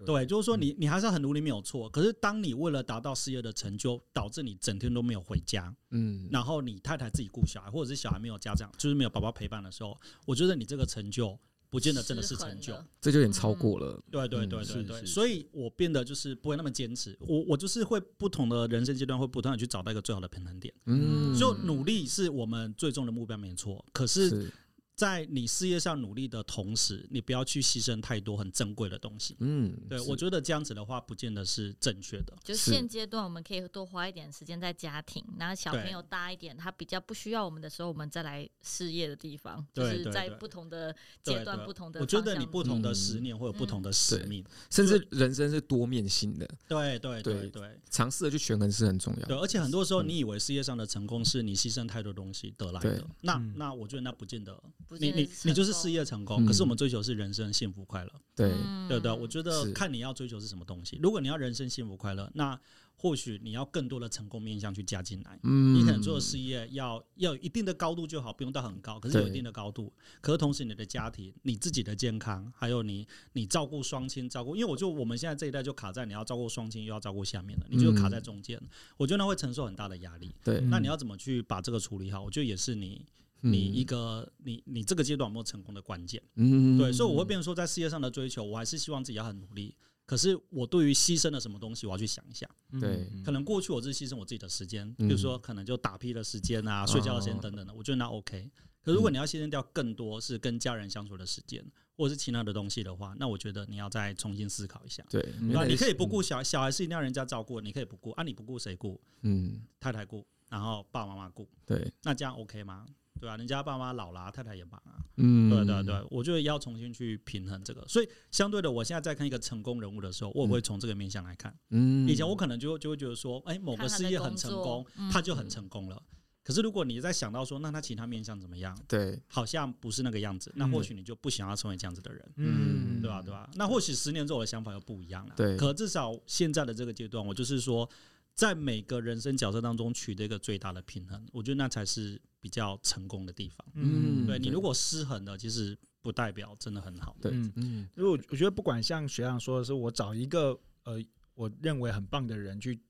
Speaker 3: 对，就是说你你还是很努力没有错，可是当你为了达到事业的成就，导致你整天都没有回家，
Speaker 2: 嗯，
Speaker 3: 然后你太太自己顾小孩，或者是小孩没有家长，就是没有宝宝陪伴的时候，我觉得你这个成就不见得真的是成就
Speaker 4: 失衡。了
Speaker 2: 这就有点超过了。
Speaker 3: 对对对对
Speaker 5: 嗯是
Speaker 3: 对，
Speaker 5: 是
Speaker 3: 所以我变得就是不会那么坚持，我我就是会不同的人生阶段会不断的去找到一个最好的平衡点。
Speaker 2: 嗯，
Speaker 3: 就努力是我们最终的目标没错，可是，在你事业上努力的同时，你不要去牺牲太多很珍贵的东西。
Speaker 2: 嗯，
Speaker 3: 对，
Speaker 2: 是
Speaker 3: 我觉得这样子的话，不见得是正确的。
Speaker 4: 就是现阶段，我们可以多花一点时间在家庭，然后小
Speaker 3: 对
Speaker 4: 朋友大一点，他比较不需要我们的时候，我们再来事业的地方，就
Speaker 3: 对
Speaker 4: 是
Speaker 3: 对
Speaker 4: 在
Speaker 3: 对
Speaker 4: 不同的
Speaker 3: 对
Speaker 4: 阶段、
Speaker 3: 对
Speaker 4: 不同的
Speaker 3: 我
Speaker 4: 方
Speaker 3: 觉
Speaker 4: 向。
Speaker 3: 得你不同的
Speaker 2: 嗯
Speaker 3: 十年会有不同的使
Speaker 2: 对
Speaker 3: 命。
Speaker 2: 甚至人生是多面性的，
Speaker 3: 对对对
Speaker 2: 对
Speaker 3: 对
Speaker 2: 尝试的去权衡是很重要
Speaker 3: 对，
Speaker 2: 的。
Speaker 3: 而且很多时候，
Speaker 2: 嗯
Speaker 3: 你以为事业上的成功是你牺牲太多东西得来的
Speaker 2: 对，
Speaker 3: 那
Speaker 5: 嗯
Speaker 3: 那我觉得那不见得。
Speaker 4: 不
Speaker 3: 你
Speaker 4: 见得
Speaker 3: 你你就是
Speaker 4: 成
Speaker 3: 事
Speaker 4: 功，
Speaker 3: 业成功，可是我
Speaker 2: 嗯
Speaker 3: 们追求是人生幸福快乐。
Speaker 2: 对，
Speaker 4: 嗯
Speaker 3: 对的，我觉得
Speaker 2: 是
Speaker 3: 看你要追求是什么东西。如果你要人生幸福快乐，那或许你要更多的成功面向去加进来。
Speaker 2: 嗯，
Speaker 3: 你可能做的事业要要有一定的高度就好，不用到很高，可是有一
Speaker 2: 对
Speaker 3: 定的高度。可是同时，你的家庭、你自己的健康，还有你你照顾双亲，照顾，因为我就我们现在这一代就卡在你要照顾双亲，又要照顾下面的，你就卡在
Speaker 2: 嗯
Speaker 3: 中间。我觉得那会承受很大的压力。
Speaker 2: 对，嗯
Speaker 3: 那你要怎么去把这个处理好？我觉得也是你你一个你你这个阶段有没有成功的关键。
Speaker 2: 嗯，嗯
Speaker 3: 对，所以我会变成说，在事业上的追求，我还是希望自己要很努力。可是我对于牺牲了什么东西，我要去想一下。
Speaker 2: 对
Speaker 3: 嗯可能过去我是牺牲我自己的时间，比
Speaker 2: 嗯哦
Speaker 3: 如说可能就打屁的时间啊、睡觉的时间等等的，我觉得那 OK。可如果你要牺牲掉更多是跟家人相处的时间，或者是其他的东西的话，那我觉得你要再重新思考一下。
Speaker 2: 对，
Speaker 5: 嗯
Speaker 2: 因为那
Speaker 3: 那啊你
Speaker 2: 也
Speaker 3: 可以
Speaker 2: 是
Speaker 3: 不顾，小孩，小孩是一定要人家照顾，你可以不顾啊，你不顾谁顾？
Speaker 2: 嗯，
Speaker 3: 太太顾，然后爸爸妈妈顾，
Speaker 2: 对，
Speaker 3: 那这样 OK 吗？对啊，人家爸妈老啦，太太也忙啊，
Speaker 2: 嗯，
Speaker 3: 对对对，我觉得要重新去平衡这个。所以相对的，我现在在看一个成功人物的时候，我也会从这个面向来看。
Speaker 2: 嗯，
Speaker 3: 以前我可能就就会觉得说，哎、某个
Speaker 4: 看他的
Speaker 3: 事业很成
Speaker 4: 工
Speaker 3: 功
Speaker 4: 作，嗯
Speaker 3: 他就很成功了。可是如果你在想到说，那他其他面向怎么样，
Speaker 2: 对，
Speaker 3: 好像不是那个样子，那
Speaker 5: 嗯
Speaker 3: 或许你就不想要成为这样子的人，
Speaker 2: 嗯
Speaker 3: 对吧、对吧、那或许十年之后我的想法又不一样了。
Speaker 2: 对
Speaker 3: 可至少现在的这个阶段，我就是说，在每个人生角色当中取得一个最大的平衡，我觉得那才是比较成功的地方。
Speaker 2: 嗯
Speaker 3: 对你
Speaker 2: 对
Speaker 3: 如果失衡了，其实不代表真的很好。
Speaker 2: 对
Speaker 5: 嗯，
Speaker 2: 嗯，
Speaker 5: 因为我我觉得不管像学长说的是，我找一个呃，我认为很棒的人去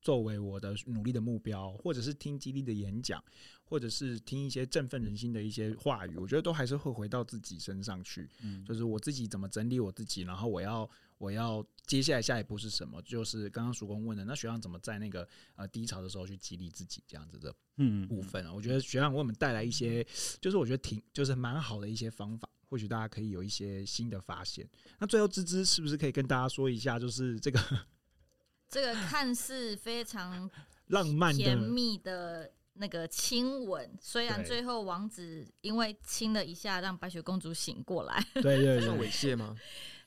Speaker 5: 作为我的努力的目标，或者是听激励的演讲，或者是听一些振奋人心的一些话语，我觉得都还是会回到自己身上去。
Speaker 3: 嗯，
Speaker 5: 就是我自己怎么整理我自己，然后我要我要接下来下一步是什么？就是刚刚曙光问的，那学长怎么在那个呃低潮的时候去激励自己这样子的
Speaker 3: 嗯
Speaker 5: 部分啊，我觉得学长为我们带来一些，
Speaker 4: 嗯
Speaker 5: 就是我觉得挺就是蛮好的一些方法，或许大家可以有一些新的发现。那最后芝芝是不是可以跟大家说一下，就是
Speaker 4: [laughs]
Speaker 5: 这个
Speaker 4: 这个看似非常
Speaker 5: 浪漫
Speaker 4: 甜
Speaker 5: 的
Speaker 4: 蜜的那个亲吻，虽然
Speaker 5: 对
Speaker 4: 最后王子因为亲了一下让白雪公主醒过来， [laughs]
Speaker 5: 对对
Speaker 2: 算
Speaker 5: 对
Speaker 2: 猥亵吗？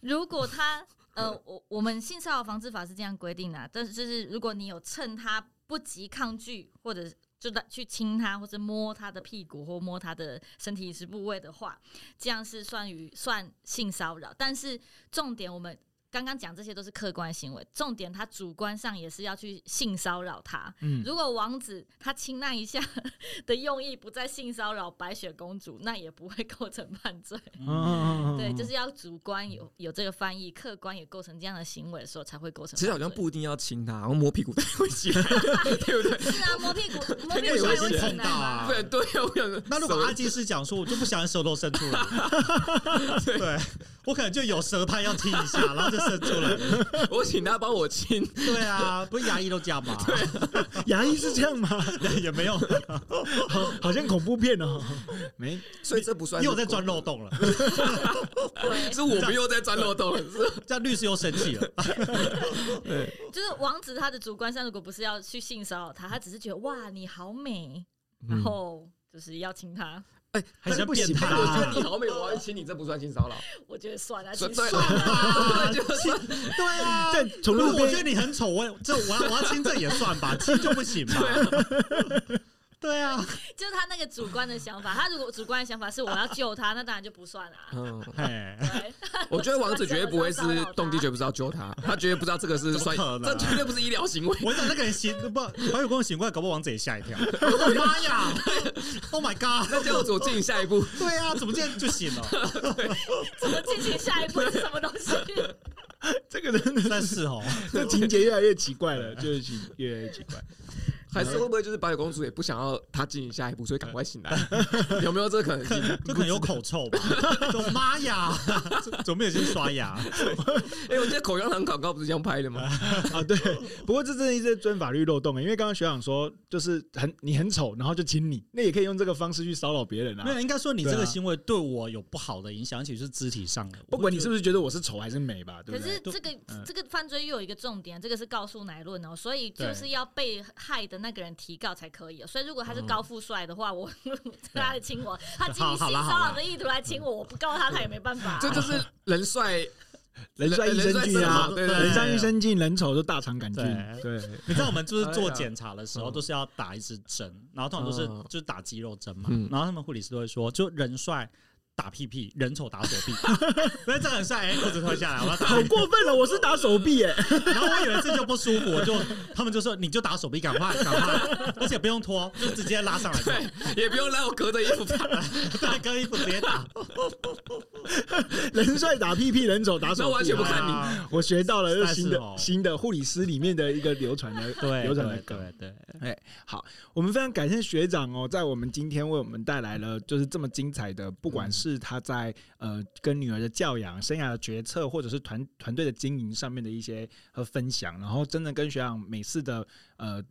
Speaker 4: 如果他呃，我我们性骚扰防治法是这样规定的啊、但是就是如果你有趁他不及抗拒，或者就在去亲他，或者摸他的屁股或摸他的身体是部位的话，这样是算于算性骚扰。但是重点我们。刚刚讲这些都是客观行为，重点他主观上也是要去性骚扰他。
Speaker 5: 嗯
Speaker 4: 如果王子他亲那一下 [laughs] 的用意不在性骚扰白雪公主，那也不会构成犯罪。
Speaker 5: 嗯
Speaker 4: 对，就是要主观有有这个翻译，客观也构成这样的行为的时候，才会构成犯罪。
Speaker 2: [laughs] 其实好像不一定要亲他，然后摸屁股太猥亵， [laughs] 对不对？
Speaker 4: 是啊，摸屁股，
Speaker 2: [laughs]
Speaker 4: 摸
Speaker 2: 那
Speaker 4: 屁
Speaker 2: 个
Speaker 4: 股
Speaker 2: 也会
Speaker 4: 才会
Speaker 2: 碰
Speaker 4: 进来
Speaker 3: 到
Speaker 4: 吗？
Speaker 3: 啊
Speaker 2: 不然对啊，我想说
Speaker 3: 那如果
Speaker 2: 手
Speaker 3: 阿基斯讲说，我就不想手都伸出来，
Speaker 5: [laughs]
Speaker 3: 对我可能就有舌苔要踢一下，然后就伸出来了。
Speaker 2: [laughs] 我请他帮我亲，
Speaker 3: 对啊，不是牙医都这样吗？ [laughs]
Speaker 5: 牙医是这样吗？
Speaker 3: 也没有，
Speaker 5: 好好像恐怖片哦，没
Speaker 2: 所以这不算是
Speaker 3: 又在钻漏洞了，
Speaker 4: 对，
Speaker 2: 是我们又在钻漏洞了，是
Speaker 3: 这样律师又生气了。
Speaker 4: 就是王子他的主观上，如果不是要去性骚扰他，他只是觉得哇你好美，然后就是要亲他，
Speaker 2: 嗯
Speaker 4: [laughs]
Speaker 2: 哎，
Speaker 3: 还是
Speaker 2: 但
Speaker 3: 要变态
Speaker 2: 我觉
Speaker 3: 啊
Speaker 2: 得你好美，我要亲你，这不算性骚扰，
Speaker 4: 我觉得算了，
Speaker 2: 所
Speaker 4: 其
Speaker 2: 以
Speaker 4: 实
Speaker 2: 对
Speaker 4: 算了， [laughs]
Speaker 2: 对， [laughs] 就是
Speaker 3: [laughs] 对
Speaker 5: [laughs]
Speaker 3: 啊，
Speaker 5: 但从
Speaker 3: 如
Speaker 5: 路
Speaker 3: 果我觉得
Speaker 5: 边
Speaker 3: 你很丑，我也这我要我要亲这也算吧，亲就不行吧？ [laughs] 对啊，
Speaker 4: 就是他那个主观的想法。他如果主观的想法是我要救他，那当然就不算啦。
Speaker 2: 嗯，
Speaker 3: 哎，
Speaker 4: 对，
Speaker 2: [laughs] 我觉得王子绝对不会是动机，绝不知道救
Speaker 3: [laughs]
Speaker 2: 他，他绝对不知道这个是算，
Speaker 3: 怎么可能
Speaker 2: 这绝对不是医疗行为。 [laughs]
Speaker 3: 我想那个人醒不，白雪公主醒过来，搞不好王子也吓一 [laughs] 跳。我的妈呀！Oh my god！
Speaker 2: 那就走进下一
Speaker 3: [laughs]
Speaker 2: 步，
Speaker 3: 对啊，怎么这样就醒了？
Speaker 5: [laughs]
Speaker 4: 怎么进行下一步是什么东西？
Speaker 5: 这个真的
Speaker 3: 但是哦，
Speaker 5: 这情节越来越奇怪了，就是情越来越奇怪。
Speaker 2: 还
Speaker 3: 哎
Speaker 2: 是会不会就是白雪公主也不想要她进行下一步，所以赶快醒
Speaker 3: [laughs]
Speaker 2: 来？有没有这个可能性？
Speaker 3: 这可能有口臭吧？我妈呀，怎么也先
Speaker 2: [laughs]
Speaker 3: 刷牙？
Speaker 2: 哎、我记得口香糖广告不是这样拍的吗？
Speaker 3: [laughs]
Speaker 5: 啊，对。不过这真的是钻法律漏洞欸，因为刚刚学长说，就是很你很丑，然后就亲你，那也可以用这个方式去骚扰别人
Speaker 3: 没有，
Speaker 5: 啊。
Speaker 3: 应该说你
Speaker 5: 对啊
Speaker 3: 这个行为对我有不好的影响，而且是肢体上的。
Speaker 5: 不管你是
Speaker 3: 不
Speaker 5: 不是觉得我是丑还是美吧，对
Speaker 4: 可
Speaker 5: 不对
Speaker 4: 是？这个
Speaker 5: 嗯
Speaker 4: 这个犯罪又有一个重点，啊这个是告诉乃论哦，所以就是
Speaker 5: 对
Speaker 4: 要被害的那个人提告才可以、哦。所以如果他是高富帅的
Speaker 5: 嗯
Speaker 4: 话，我他来亲我，他基于性
Speaker 3: 好啦
Speaker 4: 骚
Speaker 3: 好
Speaker 4: 扰
Speaker 3: 啦
Speaker 4: 的意图来亲我，我不告他他也没办
Speaker 5: [laughs]
Speaker 4: 法啊、
Speaker 2: 这就是人帅
Speaker 5: 人帅益生
Speaker 2: 人
Speaker 5: 菌
Speaker 2: 帅
Speaker 5: 啊
Speaker 2: 嘛，对
Speaker 3: 对
Speaker 5: 人善益生菌，人丑就大肠杆菌。对，
Speaker 3: 你知道我们就是
Speaker 2: 哎
Speaker 3: 做
Speaker 2: 呀
Speaker 3: 检查的时
Speaker 2: 嗯
Speaker 3: 候都是要打一支针，然后通常都是
Speaker 2: 嗯
Speaker 3: 就是打肌肉针嘛
Speaker 2: 嗯，
Speaker 3: 然后他们护理师都会说，就人帅打屁屁，人丑打 [laughs] 手臂。那这个很帅，哎，裤子脱下来，我要打
Speaker 5: 好
Speaker 3: 你。
Speaker 5: 过分了，我是打手臂耶。
Speaker 3: 然后我以为这就不舒服，我就他们就说你就打手臂，赶快赶快，而且不用脱，就直接拉上来就好，
Speaker 2: 对，也不用让我隔着衣服
Speaker 3: [laughs] 啊
Speaker 2: 拍，
Speaker 3: 大哥衣服直
Speaker 2: [laughs]
Speaker 3: 接打，
Speaker 5: [laughs] 人帅打屁屁，人丑打手臂，
Speaker 2: 那完全不看你
Speaker 3: 你。
Speaker 5: 我学到了这是新
Speaker 3: 但是哦
Speaker 5: 的新的护理师里面的一个流传的
Speaker 3: 对，
Speaker 5: 流传的
Speaker 3: 对
Speaker 5: 梗。
Speaker 3: 对对，
Speaker 5: 好，我们非常感谢学长哦，在我们今天为我们带来了就是这么精彩的，不管是他
Speaker 3: 嗯
Speaker 5: 在呃跟女儿的教养、生涯的决策，或者是团团队的经营上面的一些和分享，然后真的跟学长每次的呃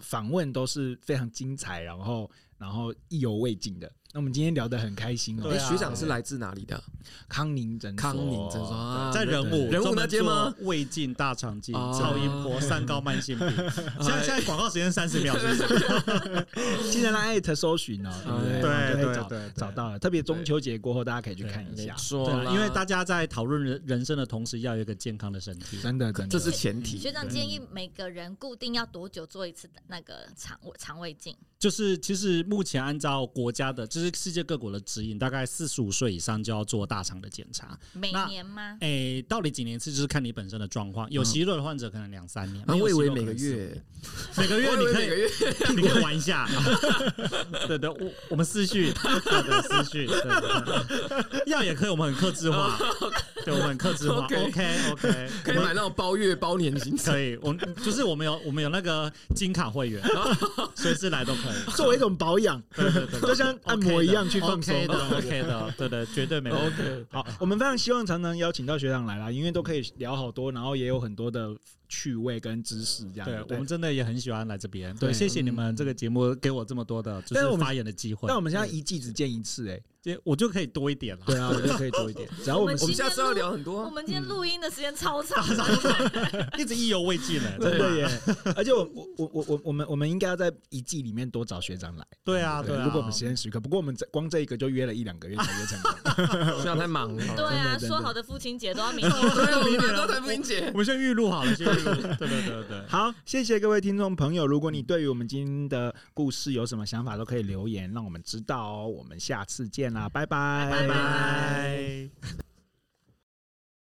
Speaker 5: 访问都是非常精彩，然后然后意犹未尽的。那我们今天聊得很开心哦
Speaker 3: 对，
Speaker 2: 哎
Speaker 3: 啊
Speaker 2: 学长是来自哪里的？
Speaker 5: 康宁诊所，
Speaker 2: 康宁诊所
Speaker 5: 哦
Speaker 2: 啊，
Speaker 3: 在人
Speaker 5: 对
Speaker 3: 武
Speaker 2: 人武那间吗？
Speaker 3: 胃镜、大肠镜、
Speaker 2: 哦
Speaker 3: 超音波、三高
Speaker 2: [laughs]
Speaker 3: 慢性病。现在现在广告时间三十秒，是不是？
Speaker 5: 竟然来 at 搜寻哦，对不对？
Speaker 2: 哎
Speaker 5: 然后就
Speaker 3: 对
Speaker 5: 可
Speaker 3: 对
Speaker 5: 以找
Speaker 3: 对，
Speaker 5: 找。到了，特别中秋节过后，大家可以去看一
Speaker 2: 没
Speaker 5: 下，
Speaker 2: 错
Speaker 3: 对
Speaker 2: 啦，
Speaker 3: 啊，因为大家在讨论人人生的同时，要有一个健康的身体。
Speaker 5: 真的真的，
Speaker 2: 这是前提。
Speaker 4: 学长建议每个人固定要多久做一次的那个肠胃肠胃镜？
Speaker 3: 就是其实目前按照国家的，就是世界各国的指引，大概四十五岁以上就要做大肠的检查。
Speaker 4: 每
Speaker 3: 那
Speaker 4: 年吗？
Speaker 3: 诶，哎到底几年一次？就是看你本身的状况。有息肉的患者可能两三年，
Speaker 2: 啊，
Speaker 3: 没有
Speaker 2: 我以
Speaker 3: 息
Speaker 2: 为
Speaker 3: 肉
Speaker 2: 每
Speaker 3: 可
Speaker 2: 个
Speaker 3: 能四
Speaker 2: 月，
Speaker 3: 五年每个月
Speaker 2: 我以
Speaker 3: 你
Speaker 2: 为
Speaker 3: 可
Speaker 2: 每
Speaker 3: 以
Speaker 2: 个月，
Speaker 3: [laughs] 你可以玩一下。 [laughs] 对对，我我们私
Speaker 5: [laughs]
Speaker 3: 讯，对对私讯，对对对要也可以，我们很克制化，
Speaker 5: 哦
Speaker 3: 对，我们很克制化
Speaker 2: OK
Speaker 3: ，OK OK，
Speaker 2: 可以买那种包月包年型。
Speaker 3: 可以，我们就是我们有我们有那个金卡会员，随时来都可以，
Speaker 5: 哦作为一种保养，
Speaker 3: 对对对，
Speaker 5: 就像按摩一样去放松。
Speaker 3: OK 的 OK 的，对对，绝对没问题。
Speaker 5: [laughs] 好，我们非常希望常常邀请到学长来啦，因为都可以聊好多，然后也有很多的趣味跟知识这样。
Speaker 3: 对
Speaker 5: 对不
Speaker 3: 我
Speaker 5: 对，
Speaker 3: 们真的也很喜欢来这边，对，
Speaker 5: 对
Speaker 3: 谢谢你们这个节目给我这么多的就
Speaker 5: 但是我
Speaker 3: 是
Speaker 5: 们
Speaker 3: 发言的机会，
Speaker 5: 但我们现在一季只见一次，哎，
Speaker 3: 这我就可以多一点了。
Speaker 5: 对啊，我就可以多一点。只要 [laughs] 我们
Speaker 2: 我们下次要聊很多
Speaker 4: 我
Speaker 2: 啊，
Speaker 4: 们今天录音的时间超长的，
Speaker 3: [laughs] 一直意犹未尽呢，
Speaker 5: 真
Speaker 3: 真的
Speaker 5: 的耶，而且我我我我我我们我们应该要在一季里面多找学长来。
Speaker 3: 对啊，对啊。
Speaker 5: 如果我们时间许可，不过我们这光这一个就约了一两个月才约成功。
Speaker 2: 学长太忙了。
Speaker 4: [laughs] 对啊，
Speaker 5: 真的
Speaker 4: 说好的父亲节都要明天。
Speaker 2: [laughs] 对，啊我们都才不英姐
Speaker 3: 我。们先预录好了，先预录。对对对对，
Speaker 5: [laughs] 好，谢谢各位听众朋友。如果你对于我们今天的故事有什么想法，都可以留言让我们知道哦。我们下次见啦，拜拜
Speaker 3: 拜拜。